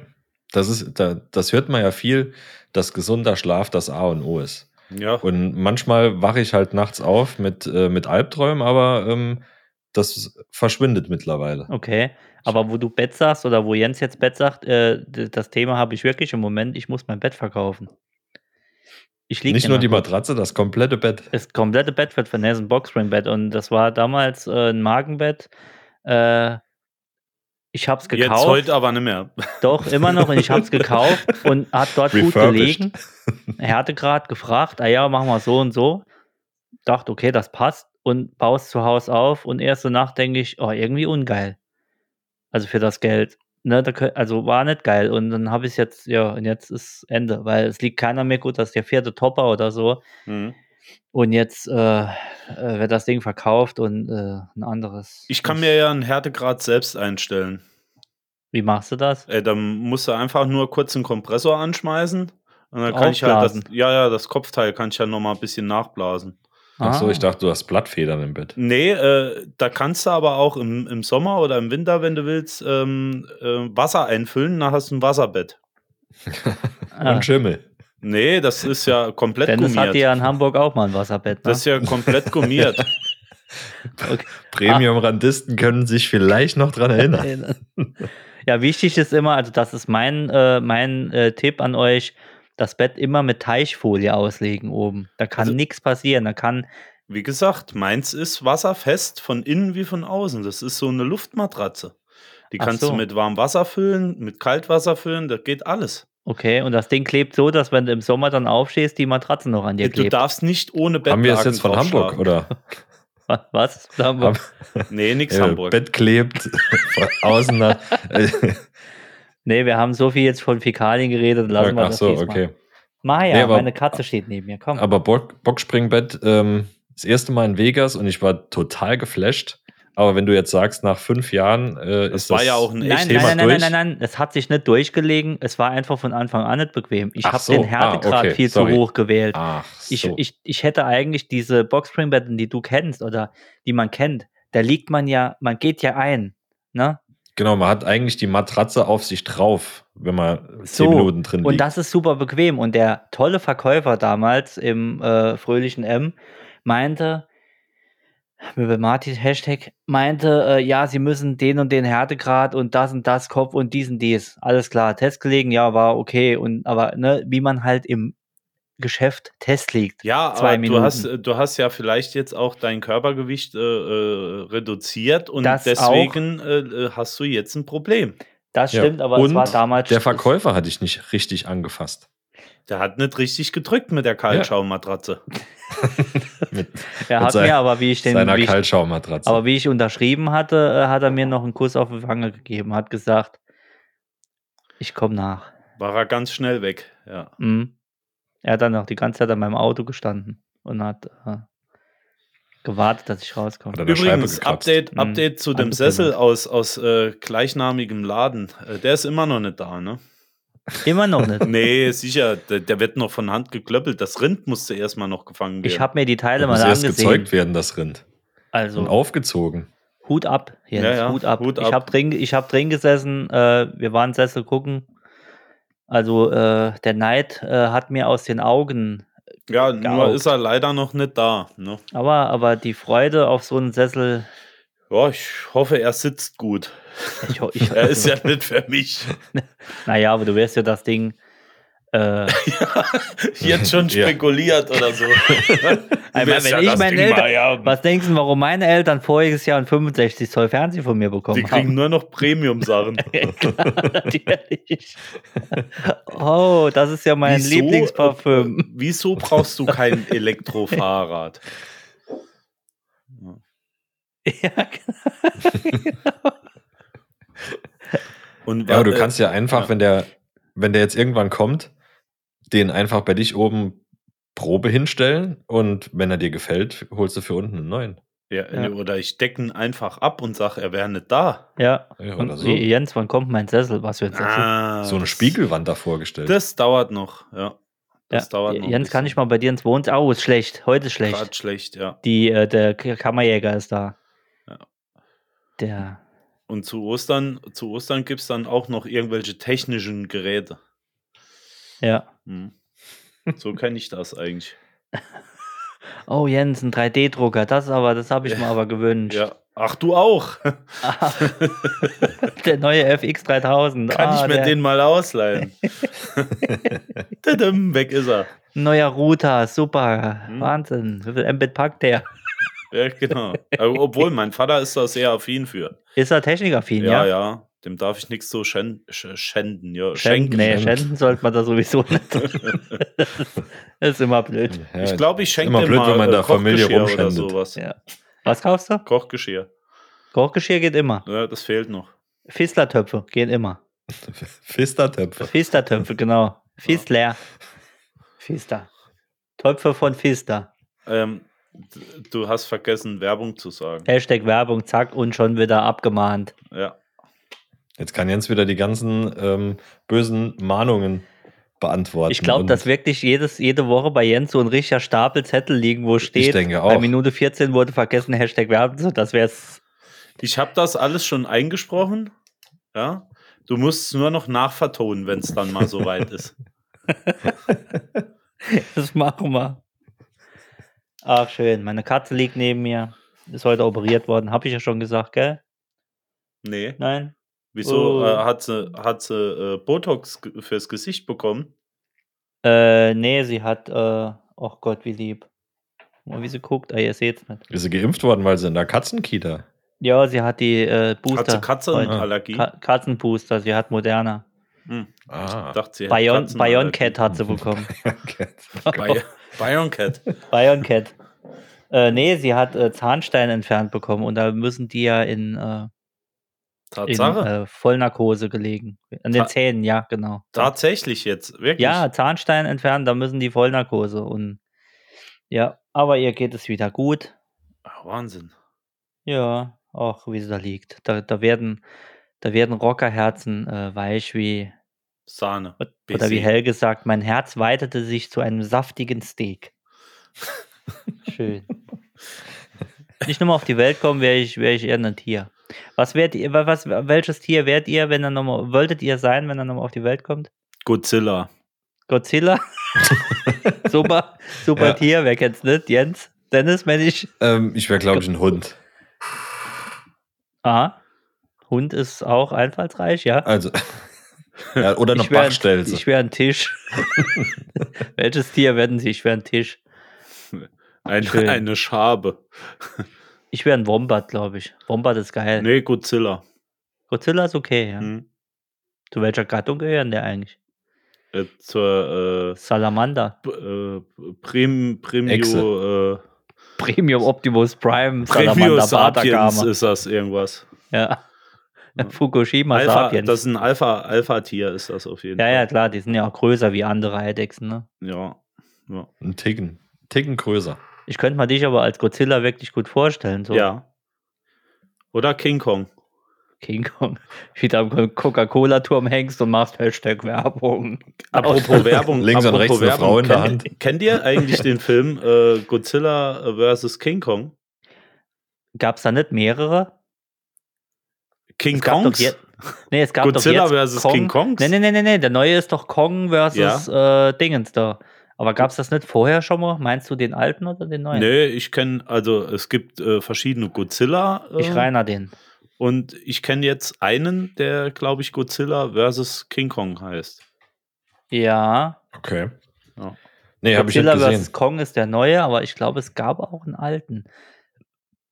Speaker 5: Das, ist, da, das hört man ja viel, dass gesunder Schlaf das A und O ist.
Speaker 6: Ja,
Speaker 5: Und manchmal wache ich halt nachts auf mit, äh, mit Albträumen, aber ähm, das verschwindet mittlerweile.
Speaker 4: Okay. Aber wo du Bett sagst oder wo Jens jetzt Bett sagt, äh, d- das Thema habe ich wirklich im Moment, ich muss mein Bett verkaufen. Ich liege
Speaker 5: Nicht nur die Matratze, das komplette Bett.
Speaker 4: Das komplette Bett wird von Nelson Boxspringbett und das war damals äh, ein Magenbett. Äh, ich habe es gekauft,
Speaker 6: jetzt heute aber nicht mehr.
Speaker 4: doch immer noch und ich habe es gekauft und hat dort gut
Speaker 5: Refurbished.
Speaker 4: gelegen. Härtegrad gefragt, ah ja, machen wir so und so. Dachte, okay, das passt und baust zu Hause auf und erste Nacht denke ich, oh, irgendwie ungeil. Also für das Geld. Ne, da, kö- also war nicht geil und dann habe ich es jetzt, ja, und jetzt ist Ende, weil es liegt keiner mehr gut, dass der vierte Topper oder so. Hm.
Speaker 6: Mhm.
Speaker 4: Und jetzt äh, äh, wird das Ding verkauft und äh, ein anderes.
Speaker 6: Ich kann mir ja einen Härtegrad selbst einstellen.
Speaker 4: Wie machst du das?
Speaker 6: Äh, dann musst du einfach nur kurz einen Kompressor anschmeißen. Und dann kann ich halt das,
Speaker 4: Aufblasen.
Speaker 6: ja, ja, das Kopfteil kann ich ja nochmal ein bisschen nachblasen.
Speaker 5: Ach so,
Speaker 4: Ah.
Speaker 5: ich dachte, du hast Blattfedern im Bett.
Speaker 6: Nee, äh, da kannst du aber auch im, im Sommer oder im Winter, wenn du willst, ähm, äh, Wasser einfüllen, dann hast du ein Wasserbett.
Speaker 4: Ah,
Speaker 5: Und Schimmel.
Speaker 6: Nee, das ist ja komplett
Speaker 4: Dennis
Speaker 6: gummiert.
Speaker 4: hatte ja in Hamburg auch mal ein Wasserbett. Ne?
Speaker 6: das ist ja komplett gummiert.
Speaker 5: Premium-Randisten können sich vielleicht noch dran erinnern.
Speaker 4: Äh, Ja, wichtig ist immer, also das ist mein, äh, mein äh, Tipp an euch, das Bett immer mit Teichfolie auslegen oben. Da kann
Speaker 6: Also-
Speaker 4: nichts passieren. Da kann,
Speaker 6: Wie gesagt, meins ist wasserfest von innen wie von außen. Das ist so eine Luftmatratze. Die
Speaker 4: Ach
Speaker 6: kannst
Speaker 4: so.
Speaker 6: du mit warmem Wasser füllen, mit Kaltwasser füllen, das geht alles.
Speaker 4: okay, und das Ding klebt so, dass wenn du im Sommer dann aufstehst, die Matratze noch an dir
Speaker 6: Du
Speaker 4: klebt.
Speaker 6: darfst nicht ohne Bett.
Speaker 5: Haben wir es jetzt von Hamburg, oder?
Speaker 4: Wa- Was? Da haben wir-
Speaker 5: Hab-
Speaker 6: Nee, nix
Speaker 5: äh,
Speaker 6: Hamburg.
Speaker 5: Bett klebt, von außen nach. Äh,
Speaker 4: Nee, wir haben so viel jetzt von Fäkalien geredet. Lassen wir
Speaker 5: Ach
Speaker 4: das
Speaker 5: so,
Speaker 4: diesmal.
Speaker 5: okay.
Speaker 4: Maja,
Speaker 5: Nee, aber-
Speaker 4: meine Katze steht neben mir. Komm.
Speaker 5: Aber Bock, Bockspringbett, ähm, das erste Mal in Vegas und ich war total geflasht. Aber wenn du jetzt sagst, nach fünf Jahren äh,
Speaker 6: das
Speaker 5: ist
Speaker 6: war
Speaker 5: das
Speaker 6: ja auch ein
Speaker 4: nein,
Speaker 6: echtes
Speaker 4: nein,
Speaker 5: Thema
Speaker 4: nein, nein,
Speaker 5: durch?
Speaker 4: nein, nein, nein. Es hat sich nicht durchgelegen. Es war einfach von Anfang an nicht bequem. Ich
Speaker 5: Ach
Speaker 4: habe
Speaker 5: so,
Speaker 4: den
Speaker 5: ah,
Speaker 4: Härtegrad
Speaker 5: okay,
Speaker 4: viel
Speaker 5: sorry.
Speaker 4: zu hoch gewählt.
Speaker 5: Ach,
Speaker 4: Ich,
Speaker 5: so.
Speaker 4: ich, ich hätte eigentlich diese Boxspringbetten, die du kennst oder die man kennt, da liegt man ja, man geht ja ein. Ne?
Speaker 5: genau, man hat eigentlich die Matratze auf sich drauf, wenn man
Speaker 4: So,
Speaker 5: zehn Minuten drin liegt.
Speaker 4: Und das ist super bequem. Und der tolle Verkäufer damals im äh, fröhlichen M meinte, Möbelmati Hashtag, meinte, äh, ja, sie müssen den und den Härtegrad und das und das Kopf und dies und dies. Alles klar, Test gelegen, ja, war okay. Und aber ne, wie man halt im Geschäft Test liegt.
Speaker 6: Ja,
Speaker 4: Zwei
Speaker 6: aber
Speaker 4: Minuten.
Speaker 6: du hast, du hast ja vielleicht jetzt auch dein Körpergewicht äh, äh, reduziert und
Speaker 4: Das
Speaker 6: deswegen äh, äh, hast du jetzt ein Problem.
Speaker 4: Das
Speaker 5: Ja.
Speaker 4: stimmt, aber es
Speaker 5: Und
Speaker 4: war damals.
Speaker 5: der Verkäufer hatte ich nicht richtig angefasst.
Speaker 6: Der hat nicht richtig gedrückt mit der Kaltschaumatratze.
Speaker 4: Er hat
Speaker 5: mit sein-
Speaker 4: mir aber, wie ich den
Speaker 5: Seiner
Speaker 4: wie ich
Speaker 5: Kaltschaumatratze.
Speaker 4: Aber wie ich unterschrieben hatte, äh, hat er mir noch einen Kuss auf die Wange gegeben, hat gesagt, ich komme nach.
Speaker 6: War er ganz schnell weg. Ja.
Speaker 4: Mhm. Er hat dann noch die ganze Zeit an meinem Auto gestanden und hat äh, gewartet, dass ich rauskomme.
Speaker 5: Hat er- An der Scheibe
Speaker 6: Übrigens,
Speaker 5: gekratzt.
Speaker 6: Update,
Speaker 4: Mhm.
Speaker 6: Update zu dem
Speaker 4: Angepinnt.
Speaker 6: Sessel aus, aus äh, gleichnamigem Laden. Äh, der ist immer noch nicht da, ne?
Speaker 4: Immer noch nicht.
Speaker 6: Nee, sicher, der, der wird noch von Hand geklöppelt. Das Rind musste erstmal noch gefangen werden.
Speaker 4: Ich habe mir die Teile
Speaker 5: Das
Speaker 4: mal
Speaker 5: muss erst
Speaker 4: angesehen.
Speaker 5: gezeugt werden, das Rind. Und
Speaker 4: Also
Speaker 5: aufgezogen.
Speaker 4: Hut ab, Jens,
Speaker 6: Ja, ja,
Speaker 4: Hut ab.
Speaker 6: Hut
Speaker 4: ich
Speaker 6: ab.
Speaker 4: habe drin, ich hab drin gesessen, äh, wir waren Sessel gucken. Also äh, der Neid äh, hat mir aus den Augen
Speaker 6: ja, nur
Speaker 4: geaugt.
Speaker 6: ist er leider noch nicht da. Ne?
Speaker 4: Aber, aber die Freude auf so einen Sessel,
Speaker 6: Ja, ich hoffe, er sitzt gut.
Speaker 4: ich, ho- ich,
Speaker 6: Er ist ja nicht für mich.
Speaker 4: Naja, aber du wirst ja das Ding äh,
Speaker 6: Jetzt schon
Speaker 5: Ja.
Speaker 6: spekuliert oder so.
Speaker 4: Einmal, wenn ich meine Eltern.
Speaker 6: Eltern,
Speaker 4: Was denkst du, warum meine Eltern voriges Jahr ein 65 Zoll Fernsehen von mir bekommen
Speaker 6: die kriegen nur noch Premium-Sachen.
Speaker 4: haben? Natürlich. Oh, das ist ja mein
Speaker 6: Wieso,
Speaker 4: Lieblingsparfüm.
Speaker 6: äh, Wieso brauchst du kein Elektrofahrrad?
Speaker 4: ja, genau.
Speaker 6: Und
Speaker 5: Ja,
Speaker 6: wa-
Speaker 5: aber du
Speaker 6: äh,
Speaker 5: kannst ja einfach,
Speaker 6: ja.
Speaker 5: wenn der, wenn der jetzt irgendwann kommt, den einfach bei dich oben Probe hinstellen und wenn er dir gefällt, holst du für unten einen neuen.
Speaker 6: Ja,
Speaker 4: Ja.
Speaker 6: Oder ich decke ihn einfach ab und sage, er wäre nicht da.
Speaker 4: ja.
Speaker 5: Ja,
Speaker 4: Und eh,
Speaker 5: oder so.
Speaker 4: Jens, wann kommt mein Sessel? Was für ein Sessel?
Speaker 6: Ah,
Speaker 5: So eine
Speaker 6: das-
Speaker 5: Spiegelwand davor gestellt.
Speaker 6: Das dauert noch, ja. Das
Speaker 4: Ja,
Speaker 6: dauert noch. ein
Speaker 4: Jens, kann
Speaker 6: bisschen.
Speaker 4: ich mal bei dir ins Wohnzimmer? Oh, ist schlecht. Heute ist schlecht.
Speaker 6: Grad schlecht, ja.
Speaker 4: Die, äh, der K- Kammerjäger ist da.
Speaker 6: Ja.
Speaker 4: Der.
Speaker 6: Und zu Ostern, zu Ostern gibt es dann auch noch irgendwelche technischen Geräte.
Speaker 4: Ja.
Speaker 6: Hm. So kenne ich das eigentlich.
Speaker 4: Oh, Jens, ein 3D-Drucker. Das aber, das habe ich
Speaker 6: Ja.
Speaker 4: mir aber gewünscht.
Speaker 6: Ja. Ach, du auch. Kann
Speaker 4: Ah, der neue FX 3000. ah,
Speaker 6: ich mir
Speaker 4: der
Speaker 6: den mal ausleihen. Tadam, Weg ist er.
Speaker 4: Neuer Router, super.
Speaker 6: Hm.
Speaker 4: Wahnsinn. Wie viel Mbit packt der?
Speaker 6: Ja, genau. Aber Obwohl, mein Vater ist da sehr affin für.
Speaker 4: Ist er technikaffin,
Speaker 6: Ja,
Speaker 4: ja?
Speaker 6: ja. Dem darf ich nichts so schen sch schänden. Ja,
Speaker 4: Schänden,
Speaker 6: schenken.
Speaker 4: nee,
Speaker 5: Schenken.
Speaker 4: Schänden sollte man da sowieso nicht. das ist immer blöd.
Speaker 5: Ja,
Speaker 6: Ich glaube, ich
Speaker 5: immer
Speaker 6: schenke dem
Speaker 5: blöd,
Speaker 6: mal
Speaker 5: wenn man
Speaker 6: äh,
Speaker 5: der Familie
Speaker 6: Kochgeschirr oder
Speaker 5: rumschändet.
Speaker 6: sowas.
Speaker 4: Ja. Was kaufst du?
Speaker 6: Kochgeschirr.
Speaker 4: Kochgeschirr geht immer.
Speaker 6: Ja, das fehlt noch.
Speaker 4: Fistlertöpfe gehen immer.
Speaker 5: Fistertöpfe.
Speaker 4: Fistlertöpfe, genau. Fistler. Fister. Töpfe von Fister.
Speaker 6: Ähm, d- du hast vergessen, Werbung zu sagen.
Speaker 4: Hashtag Werbung, zack, und schon wieder abgemahnt.
Speaker 6: Ja.
Speaker 5: Jetzt kann Jens wieder die ganzen ähm, bösen Mahnungen beantworten.
Speaker 4: Ich glaube,
Speaker 5: Und
Speaker 4: dass wirklich jedes, jede Woche bei Jens so ein richtiger Stapel Zettel liegen, wo steht,
Speaker 5: denke
Speaker 4: bei
Speaker 5: auch.
Speaker 4: Minute 14 wurde vergessen, Hashtag Werbung. So, Das wäre es.
Speaker 6: Ich habe das alles schon eingesprochen. Ja. Du musst es nur noch nachvertonen, wenn es dann mal soweit ist.
Speaker 4: Das machen wir. Ach, schön. Meine Katze liegt neben mir. Ist heute operiert worden. Habe ich ja schon gesagt, gell?
Speaker 6: Nee.
Speaker 4: Nein?
Speaker 6: Wieso
Speaker 4: Oh.
Speaker 6: äh, hat sie, hat sie äh, Botox ge- fürs Gesicht bekommen?
Speaker 4: Äh, nee, sie hat. Äh, oh Gott, wie lieb. Guck Mal, wie sie guckt. Ah, ihr seht's nicht.
Speaker 5: Ist sie geimpft worden, weil sie in der Katzenkita.
Speaker 4: Ja, sie hat die äh, Booster.
Speaker 6: Hat sie
Speaker 4: heute.
Speaker 6: Katzenallergie?
Speaker 4: Ka Katzenbooster. Sie hat moderner.
Speaker 6: Hm.
Speaker 5: Ah.
Speaker 6: Dachte, sie hätte
Speaker 4: Bion
Speaker 6: Katzenallergie.
Speaker 4: Bioncat hat sie bekommen. äh,
Speaker 5: Okay.
Speaker 6: Bion Bioncat.
Speaker 4: Bioncat. Äh, nee, sie hat äh, Zahnstein entfernt bekommen und da müssen die ja in, äh, in
Speaker 6: Tatsache.
Speaker 4: äh, Vollnarkose gelegen. An den
Speaker 6: Ta-
Speaker 4: Zähnen, ja, genau.
Speaker 6: Tatsächlich jetzt, wirklich.
Speaker 4: Ja, Zahnstein entfernt, da müssen die Vollnarkose und ja, aber ihr geht es wieder gut.
Speaker 6: Ah, Wahnsinn.
Speaker 4: Ja, auch wie sie da liegt. Da, da werden, da werden Rockerherzen äh, weich wie,
Speaker 6: Sahne.
Speaker 4: oder wie
Speaker 6: BC.
Speaker 4: Helge sagt, mein Herz weitete sich zu einem saftigen Steak. Schön. Wenn ich nochmal auf die Welt komme, wäre ich, wär ich eher ein Tier. Was wärt ihr, wa- was, welches Tier wärt ihr, wenn er nochmal, wolltet ihr sein, wenn er nochmal auf die Welt kommt?
Speaker 6: Godzilla.
Speaker 4: Godzilla? super, super
Speaker 5: Ja.
Speaker 4: Tier, wer kennt's nicht? Jens? Dennis, wenn ich.
Speaker 5: Ähm, ich wäre, glaube ich, ein Hund.
Speaker 4: Aha. Hund ist auch einfallsreich, ja.
Speaker 5: Also. ja, oder eine
Speaker 4: ich wär ein,
Speaker 5: Bachstelze.
Speaker 4: ich wär ein Tisch. Welches Tier werden Sie? Ich wäre ein Tisch.
Speaker 6: Ein,
Speaker 4: Schön.
Speaker 6: eine Schabe.
Speaker 4: Ich wäre ein Wombat, glaube ich. Wombat ist geil.
Speaker 6: Nee, Godzilla.
Speaker 4: Godzilla ist okay, ja.
Speaker 6: Hm.
Speaker 4: Zu welcher Gattung gehören der eigentlich?
Speaker 6: Äh, zur äh,
Speaker 4: Salamander.
Speaker 6: P- äh, Prim, Primio,
Speaker 5: Echse.
Speaker 6: äh,
Speaker 4: Premium Optimus Prime.
Speaker 6: Primio
Speaker 4: Salamander
Speaker 6: Sapiens
Speaker 4: Bartagama.
Speaker 6: ist das irgendwas.
Speaker 4: Ja. Fukushima
Speaker 6: Alpha,
Speaker 4: Sapiens.
Speaker 6: das ist ein Alpha- Alpha-Tier, ist das auf jeden
Speaker 4: ja, ja,
Speaker 6: Fall.
Speaker 4: klar, die sind ja auch größer wie andere Eidechsen, ne?
Speaker 6: Ja, ja.
Speaker 5: Ein Ticken. Ticken größer.
Speaker 4: Ich könnte mir dich aber als Godzilla wirklich gut vorstellen. So
Speaker 6: ja. Oder King Kong.
Speaker 4: King Kong. Wie du am Coca-Cola-Turm hängst und machst Hashtag-Werbung.
Speaker 6: Apropos Werbung.
Speaker 5: Links und
Speaker 6: apropos
Speaker 5: rechts eine
Speaker 6: Werbung,
Speaker 5: Frau in der
Speaker 6: kennt- Kennt ihr eigentlich den Film äh, Godzilla vs. King Kong?
Speaker 4: Gab es da nicht mehrere?
Speaker 6: King
Speaker 4: Es gab doch
Speaker 6: Kongs?
Speaker 4: je- Nee, es gab doch
Speaker 6: Godzilla
Speaker 4: jetzt
Speaker 6: versus King Kongs?
Speaker 4: Nee, nee, nee, nee, nee, der neue ist doch Kong versus äh, Dingens da. Aber gab es das nicht vorher schon mal? Meinst du den alten oder den neuen?
Speaker 6: Nee, ich kenne, also es gibt äh, verschiedene Godzilla. Äh,
Speaker 4: Ich reiner den.
Speaker 6: Und ich kenne jetzt einen, der, glaube ich, Godzilla vs. King Kong heißt.
Speaker 4: Ja.
Speaker 5: Okay.
Speaker 6: Ja.
Speaker 5: Nee, habe ich nicht
Speaker 4: Godzilla
Speaker 5: gesehen.
Speaker 4: vs. Kong ist der neue, aber ich glaube, es gab auch einen alten.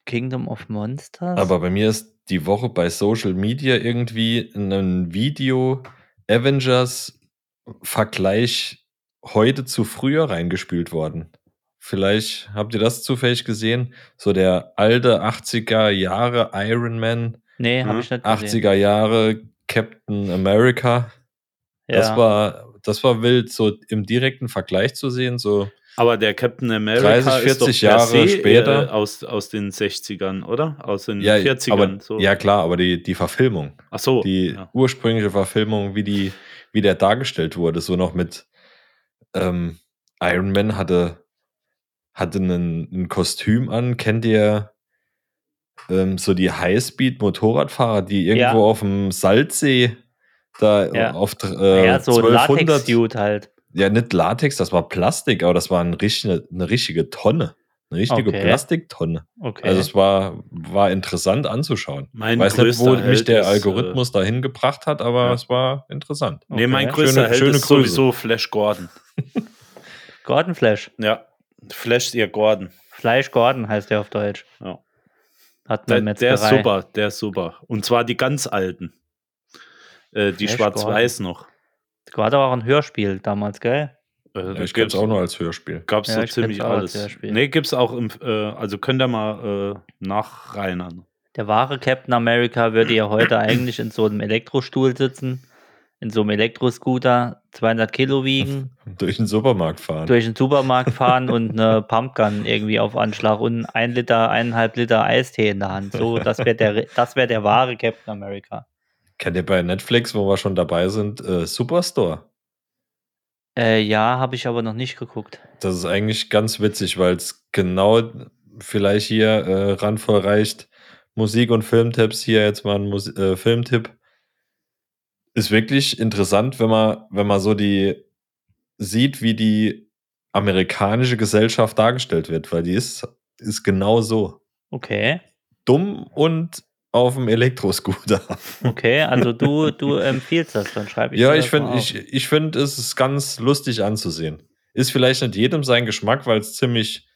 Speaker 4: Kingdom of Monsters?
Speaker 5: Aber bei mir ist die Woche bei Social Media irgendwie ein Video Avengers Vergleich heute zu früher reingespült worden. Vielleicht habt ihr das zufällig gesehen. So der alte 80er Jahre Iron Man,
Speaker 4: nee,
Speaker 6: Mhm.
Speaker 4: habe ich nicht gesehen.
Speaker 5: 80er Jahre Captain America.
Speaker 4: Ja.
Speaker 5: Das war das war wild, so im direkten Vergleich zu sehen. So
Speaker 6: Aber der Captain America
Speaker 5: 30,
Speaker 6: ist doch
Speaker 5: 40
Speaker 6: per
Speaker 5: Jahre
Speaker 6: se, Äh,
Speaker 5: später.
Speaker 6: aus, aus den 60ern, oder? Aus den
Speaker 5: ja,
Speaker 6: 40ern.
Speaker 5: aber,
Speaker 6: so.
Speaker 5: ja klar, aber die die Verfilmung.
Speaker 4: Oh,
Speaker 6: Ach so.
Speaker 5: die
Speaker 6: ja.
Speaker 5: ursprüngliche Verfilmung, wie die, wie der dargestellt wurde, so noch mit ähm, Iron Man hatte, hatte einen, ein Kostüm an. Kennt ihr ähm, so die Highspeed-Motorradfahrer, die irgendwo
Speaker 4: Ja.
Speaker 5: auf dem Salzsee da
Speaker 4: Ja. Ah
Speaker 5: auf äh,
Speaker 4: ja, so ein
Speaker 5: 1200,
Speaker 4: Latex-Dude halt.
Speaker 5: ja nicht Latex, das war Plastik, aber das war eine richtige, eine richtige Tonne, eine richtige
Speaker 4: Okay.
Speaker 5: Plastiktonne.
Speaker 4: Okay.
Speaker 5: Also es war, war interessant anzuschauen.
Speaker 6: Mein
Speaker 5: Weiß nicht, wo
Speaker 6: größter
Speaker 5: mich der
Speaker 6: Held ist, äh,
Speaker 5: Algorithmus dahin gebracht hat, aber
Speaker 6: ja.
Speaker 5: es war interessant.
Speaker 6: Nee, mein
Speaker 4: Okay.
Speaker 6: größter
Speaker 5: Schöne-
Speaker 6: Held
Speaker 5: schöne
Speaker 6: ist
Speaker 5: Grüße.
Speaker 6: sowieso Flash Gordon.
Speaker 4: Gordon Flash.
Speaker 6: Ja, Flash ihr Gordon.
Speaker 4: Fleisch Gordon heißt der auf Deutsch.
Speaker 6: Ja.
Speaker 4: Hat
Speaker 6: Der,
Speaker 4: man
Speaker 6: der ist super, der ist super. Und zwar die ganz alten. Äh, die
Speaker 4: Flash
Speaker 6: schwarz-weiß noch.
Speaker 4: War doch auch ein Hörspiel damals, gell?
Speaker 6: Äh,
Speaker 5: ich kenne es auch nur als Hörspiel.
Speaker 6: Gab es
Speaker 4: Ja,
Speaker 6: so
Speaker 4: ich kenn's
Speaker 6: ziemlich
Speaker 4: auch als
Speaker 6: alles.
Speaker 4: Hörspiel.
Speaker 6: Nee, gibt's auch im, äh, also könnt ihr mal äh, nachreinern.
Speaker 4: Der wahre Captain America würde ja heute eigentlich in so einem Elektrostuhl sitzen, in so einem Elektroscooter, 200 Kilo wiegen,
Speaker 5: Durch den Supermarkt fahren.
Speaker 4: durch den Supermarkt fahren und eine Pumpgun irgendwie auf Anschlag und ein Liter, eineinhalb Liter Eistee in der Hand. So, das wäre der, das wär der wahre Captain America.
Speaker 5: Kennt ihr bei Netflix, wo wir schon dabei sind, äh, Superstore?
Speaker 4: Äh, ja, habe ich aber noch nicht geguckt.
Speaker 5: Das ist eigentlich ganz witzig, weil es genau vielleicht hier äh, randvoll reicht. Musik und Filmtipps, hier jetzt mal ein Mus äh, Filmtipp. Ist wirklich interessant, wenn man, wenn man so die sieht, wie die amerikanische Gesellschaft dargestellt wird, weil die ist, ist genau so.
Speaker 4: Okay,
Speaker 5: dumm und auf dem Elektroscooter.
Speaker 4: okay, also du, du empfiehlst das, dann schreibe ich
Speaker 5: ja,
Speaker 4: mir
Speaker 5: ich
Speaker 4: das mal
Speaker 5: finde,
Speaker 4: auf.
Speaker 5: ich, ich finde, es ist ganz lustig anzusehen. Ist vielleicht nicht jedem sein Geschmack, weil es ziemlich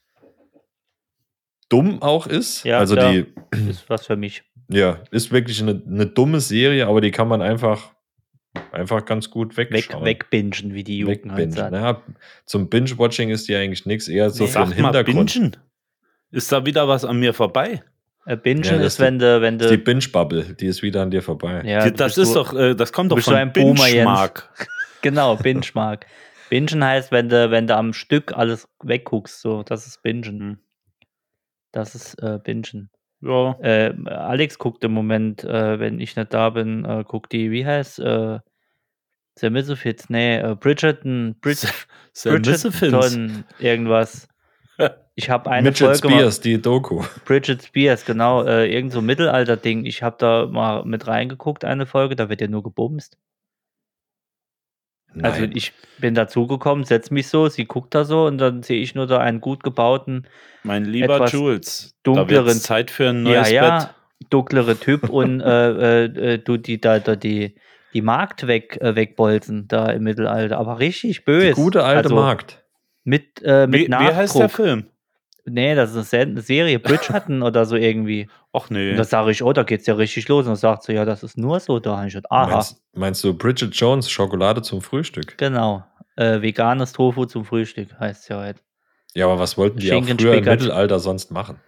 Speaker 5: dumm auch ist.
Speaker 4: Ja,
Speaker 5: also
Speaker 4: klar.
Speaker 5: die,
Speaker 4: ist was für mich.
Speaker 5: ja, ist wirklich eine, eine dumme Serie, aber die kann man einfach, einfach ganz gut
Speaker 4: Weg,
Speaker 5: wegschauen.
Speaker 4: wegbingen, wie die Jugend halt
Speaker 5: Wegbingen. ne?
Speaker 4: sagt.
Speaker 5: Ja, zum Binge-Watching ist die eigentlich nichts, eher so
Speaker 4: Nee.
Speaker 5: für den
Speaker 6: Sag mal,
Speaker 5: Hintergrund.
Speaker 6: bingen. Ist da wieder was an mir vorbei?
Speaker 4: Äh, Bingen
Speaker 5: Ja, das
Speaker 4: ist, wenn du, wenn
Speaker 5: Die
Speaker 4: du,
Speaker 5: Binge-Bubble, die ist wieder an dir vorbei.
Speaker 4: ja, du
Speaker 6: das
Speaker 4: bist
Speaker 6: ist
Speaker 4: so-
Speaker 6: doch, äh, das kommt doch
Speaker 4: bist
Speaker 6: von
Speaker 4: so ein Boomer, Jens.
Speaker 6: Benchmark.
Speaker 4: Genau, Binge-Mark. Bingen heißt, wenn du, wenn du am Stück alles wegguckst, so, das ist Bingen.
Speaker 6: Hm.
Speaker 4: Das ist äh, Bingen.
Speaker 6: Ja.
Speaker 4: Äh, Alex guckt im Moment, äh, wenn ich nicht da bin, äh, guckt die, wie heißt, äh, The Misfits, nee, äh, Bridgerton, Brid
Speaker 6: Sam Misfits.
Speaker 4: Bridgerton, irgendwas. Ich habe eine
Speaker 5: Midget
Speaker 4: Folge Also mal-
Speaker 5: Spears, die Doku.
Speaker 4: Bridget Spears, genau, äh, irgend so ein Mittelalter-Ding. Ich habe da mal mit reingeguckt, eine Folge, da wird ja nur gebumst. Also
Speaker 5: Nein.
Speaker 4: ich bin dazugekommen, setz mich so, sie guckt da so und dann sehe ich nur da einen gut gebauten,
Speaker 6: Mein lieber
Speaker 4: etwas
Speaker 6: Jules, da
Speaker 4: dunkleren-
Speaker 6: wird's Zeit für ein neues
Speaker 4: Ja, ja.
Speaker 6: Bett.
Speaker 4: dunklere Typ und äh, äh, äh, du die da, da die, die Markt weg, äh, wegbolzen da im Mittelalter. Aber richtig böse.
Speaker 5: die gute alte
Speaker 4: also
Speaker 5: Markt.
Speaker 4: Mit, äh, mit
Speaker 6: Wie, wie heißt der
Speaker 4: Nachdruck.
Speaker 6: Film?
Speaker 4: Nee, das ist eine Sen- eine Serie, Bridgerton oder so irgendwie.
Speaker 6: Och
Speaker 4: Und
Speaker 6: nee.
Speaker 4: da sage ich, oh, da geht's ja richtig los. Und dann sagt sie, ja, das ist nur so. Da habe ich gedacht, aha.
Speaker 5: Meinst, meinst du Bridget Jones, Schokolade zum Frühstück?
Speaker 4: Genau. Äh, veganes Tofu zum Frühstück heißt es ja heute.
Speaker 5: Ja, aber was wollten die auch
Speaker 4: Schinken,
Speaker 5: früher im
Speaker 4: Spinat.
Speaker 5: Mittelalter sonst machen?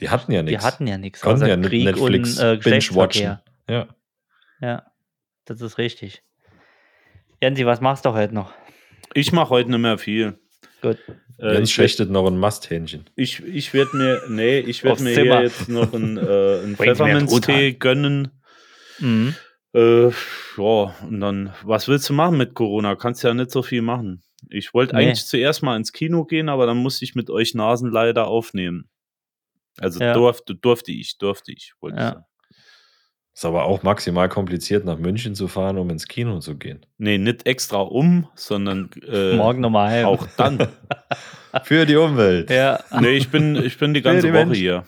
Speaker 5: Die hatten ja
Speaker 4: Die
Speaker 5: nichts.
Speaker 4: hatten ja nichts.
Speaker 5: Konnten
Speaker 4: außer äh,
Speaker 5: ja nicht Netflix binge-watchen.
Speaker 4: Geschlechtsverkehr.
Speaker 5: Ja.
Speaker 4: Ja, das ist richtig. Jensi, was machst du heute noch?
Speaker 6: Ich mache heute nicht mehr viel.
Speaker 4: Gut.
Speaker 6: Äh,
Speaker 5: Jens
Speaker 6: ich werd-
Speaker 5: schächtet noch ein Masthähnchen.
Speaker 6: Ich, ich werde mir, nee, ich
Speaker 4: Aufs
Speaker 6: werde mir
Speaker 4: Zimmer.
Speaker 6: hier jetzt noch einen, äh, einen
Speaker 4: Bring's mir einen
Speaker 6: Pfefferminztee gönnen.
Speaker 4: Mhm.
Speaker 6: Äh, ja, und dann, was willst du machen mit Corona? Kannst ja nicht so viel machen. Ich wollte
Speaker 4: Nee.
Speaker 6: eigentlich zuerst mal ins Kino gehen, aber dann musste ich mit euch Nasen leider aufnehmen. Also
Speaker 4: Ja.
Speaker 6: durfte, durfte ich, durfte ich, wollte
Speaker 4: Ja.
Speaker 6: ich sagen.
Speaker 5: Ist aber auch maximal kompliziert, nach München zu fahren, um ins Kino zu gehen.
Speaker 6: Nee, nicht extra um, sondern äh,
Speaker 4: Morgen nochmal heim.
Speaker 6: auch dann.
Speaker 5: Für die Umwelt.
Speaker 4: Ja.
Speaker 6: nee, ich bin, ich bin die ganze
Speaker 5: die
Speaker 6: Woche
Speaker 5: Menschen.
Speaker 6: hier.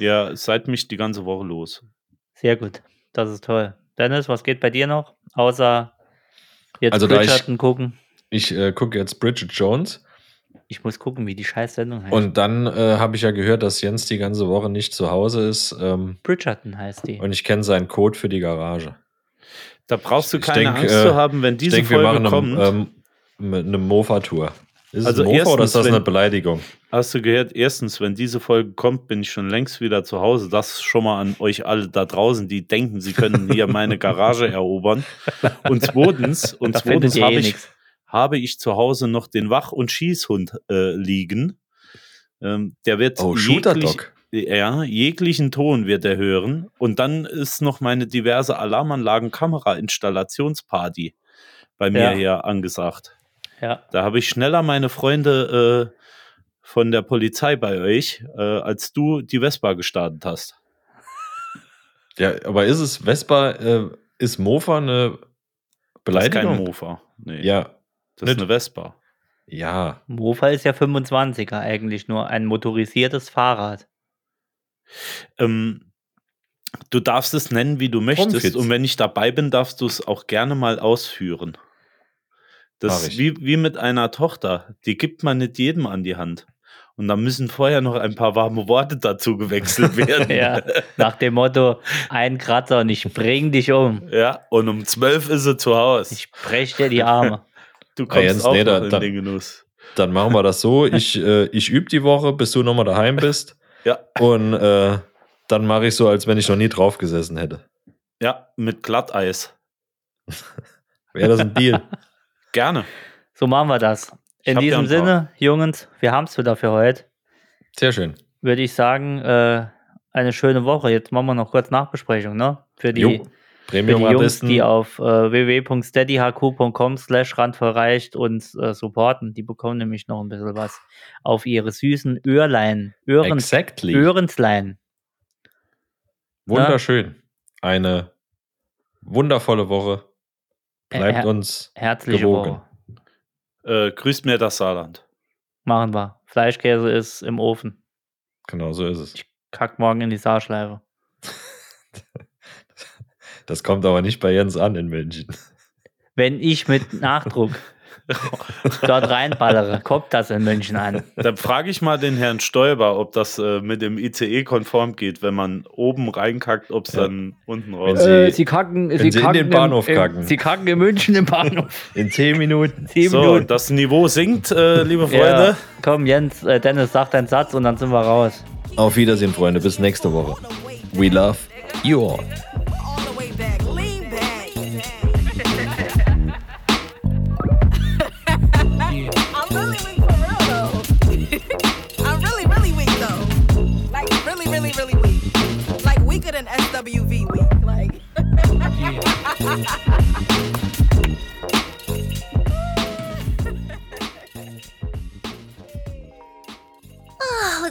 Speaker 6: Ja, seid mich die ganze Woche los.
Speaker 4: Sehr gut. Das ist toll. Dennis, was geht bei dir noch? Außer jetzt
Speaker 5: Also da ich-
Speaker 4: Bridgerton gucken.
Speaker 5: Ich äh, gucke jetzt Bridget Jones
Speaker 4: Ich muss gucken, wie die scheiß Sendung heißt.
Speaker 5: und dann äh, habe ich ja gehört, dass Jens die ganze Woche nicht zu Hause ist ähm,
Speaker 4: Bridgerton heißt die.
Speaker 5: und ich kenne seinen Code für die Garage.
Speaker 6: Da brauchst du
Speaker 5: Ich
Speaker 6: keine
Speaker 5: denk,
Speaker 6: Angst
Speaker 5: äh,
Speaker 6: zu haben, wenn
Speaker 5: Ich
Speaker 6: diese
Speaker 5: denke, wir
Speaker 6: Folge
Speaker 5: machen um,
Speaker 6: kommt.
Speaker 5: eine, ähm, eine Mofa-Tour. Ist
Speaker 6: Also
Speaker 5: es ein Mofa oder
Speaker 6: erstens,
Speaker 5: ist das
Speaker 6: wenn-
Speaker 5: eine Beleidigung?
Speaker 6: hast du gehört, erstens, wenn diese Folge kommt, bin ich schon längst wieder zu Hause. Das schon mal an euch alle da draußen, die denken, sie können hier meine Garage erobern. Und zweitens, und
Speaker 4: da findet
Speaker 6: zweitens
Speaker 4: ihr
Speaker 6: habe
Speaker 4: eh
Speaker 6: ich,
Speaker 4: nichts.
Speaker 6: habe ich zu Hause noch den Wach- und Schießhund äh, liegen. Ähm, der wird
Speaker 5: Oh, Shooter
Speaker 6: jeglich-
Speaker 5: Dog.
Speaker 6: Ja, jeglichen Ton wird er hören. Und dann ist noch meine diverse Alarmanlagen Kamera-Installationsparty bei
Speaker 4: Ja.
Speaker 6: mir hier angesagt.
Speaker 4: Ja.
Speaker 6: Da habe ich schneller meine Freunde äh, von der Polizei bei euch, äh, als du die Vespa gestartet hast.
Speaker 5: Ja, aber ist es Vespa, äh, ist Mofa eine
Speaker 6: Das ist
Speaker 5: Beleidigung?
Speaker 6: kein Mofa. Nee,
Speaker 5: Ja,
Speaker 6: das ist
Speaker 5: nicht.
Speaker 6: eine Vespa.
Speaker 5: ja.
Speaker 4: Mofa ist ja 25er eigentlich nur. Ein motorisiertes Fahrrad.
Speaker 6: Ähm, du darfst es nennen, wie du möchtest.
Speaker 5: Rumfitz.
Speaker 6: Und wenn ich dabei bin, darfst du es auch gerne mal ausführen. Das
Speaker 5: Mach
Speaker 6: ist
Speaker 5: ich.
Speaker 6: wie, wie mit einer Tochter. Die gibt man nicht jedem an die Hand. Und da müssen vorher noch ein paar warme Worte dazu gewechselt werden.
Speaker 4: Ja. Nach dem Motto, ein Kratzer und ich bring dich um.
Speaker 6: ja, und um zwölf ist sie zu Hause.
Speaker 4: Ich breche dir die Arme.
Speaker 6: Du
Speaker 5: Ah, Jens,
Speaker 6: kommst auch
Speaker 5: nee, da-
Speaker 6: noch in
Speaker 5: da-
Speaker 6: den Genuss.
Speaker 5: Dann machen wir das so. Ich, äh, ich übe die Woche, bis du nochmal daheim bist.
Speaker 6: Ja.
Speaker 5: Und äh, dann mache ich so, als wenn ich noch nie drauf gesessen hätte.
Speaker 6: Ja, mit Glatteis.
Speaker 5: Wäre das ein Deal?
Speaker 6: Gerne.
Speaker 4: So machen wir das.
Speaker 6: Ich
Speaker 4: In
Speaker 6: hab ja
Speaker 4: diesem
Speaker 6: ein paar.
Speaker 4: Sinne, Jungs, wir haben es wieder für heute.
Speaker 5: Sehr schön.
Speaker 4: Würde ich sagen, äh, eine schöne Woche. Jetzt machen wir noch kurz Nachbesprechung, ne? Für die,
Speaker 5: Jo.
Speaker 4: für die Jungs,
Speaker 5: Premium-Artisten.
Speaker 4: die auf äh, www.steadyhq.com slash randvollreicht uns äh, supporten. Die bekommen nämlich noch ein bisschen was auf ihre süßen Öhrlein. Öhren,
Speaker 5: Exactly.
Speaker 4: Öhrenslein.
Speaker 5: Wunderschön. Eine wundervolle Woche. Bleibt
Speaker 4: Äh, her-
Speaker 5: uns.
Speaker 4: Herzliche
Speaker 5: gewogen.
Speaker 4: Woche.
Speaker 6: Äh, grüßt mir das Saarland.
Speaker 4: Machen wir. Fleischkäse ist im Ofen.
Speaker 5: Genau so ist es.
Speaker 4: Kack morgen in die Saarschleife.
Speaker 5: Das kommt aber nicht bei Jens an in München.
Speaker 4: Wenn ich mit Nachdruck dort reinballere. Kommt das in München an?
Speaker 6: Dann frage ich mal den Herrn Stoiber, ob das äh, mit dem ICE konform geht, wenn man oben reinkackt, ob es
Speaker 5: Ja.
Speaker 6: dann unten
Speaker 5: Wenn
Speaker 6: raus
Speaker 5: Sie-
Speaker 4: Äh, kacken,
Speaker 5: wenn Sie in den Bahnhof kacken.
Speaker 4: Sie kacken in München im Bahnhof.
Speaker 5: In zehn Minuten.
Speaker 4: Zehn
Speaker 6: So,
Speaker 4: Minuten.
Speaker 6: das Niveau sinkt, äh, liebe
Speaker 4: Ja.
Speaker 6: Freunde.
Speaker 4: Komm, Jens, äh, Dennis, sag deinen Satz und dann sind wir raus.
Speaker 5: Auf Wiedersehen, Freunde. Bis nächste Woche. We love you all.
Speaker 3: All the way back, lean back. I'm really weak for real though. I'm really, really weak though. Like really, really, really weak. Like weaker than SWV weak. Like.
Speaker 1: Oh,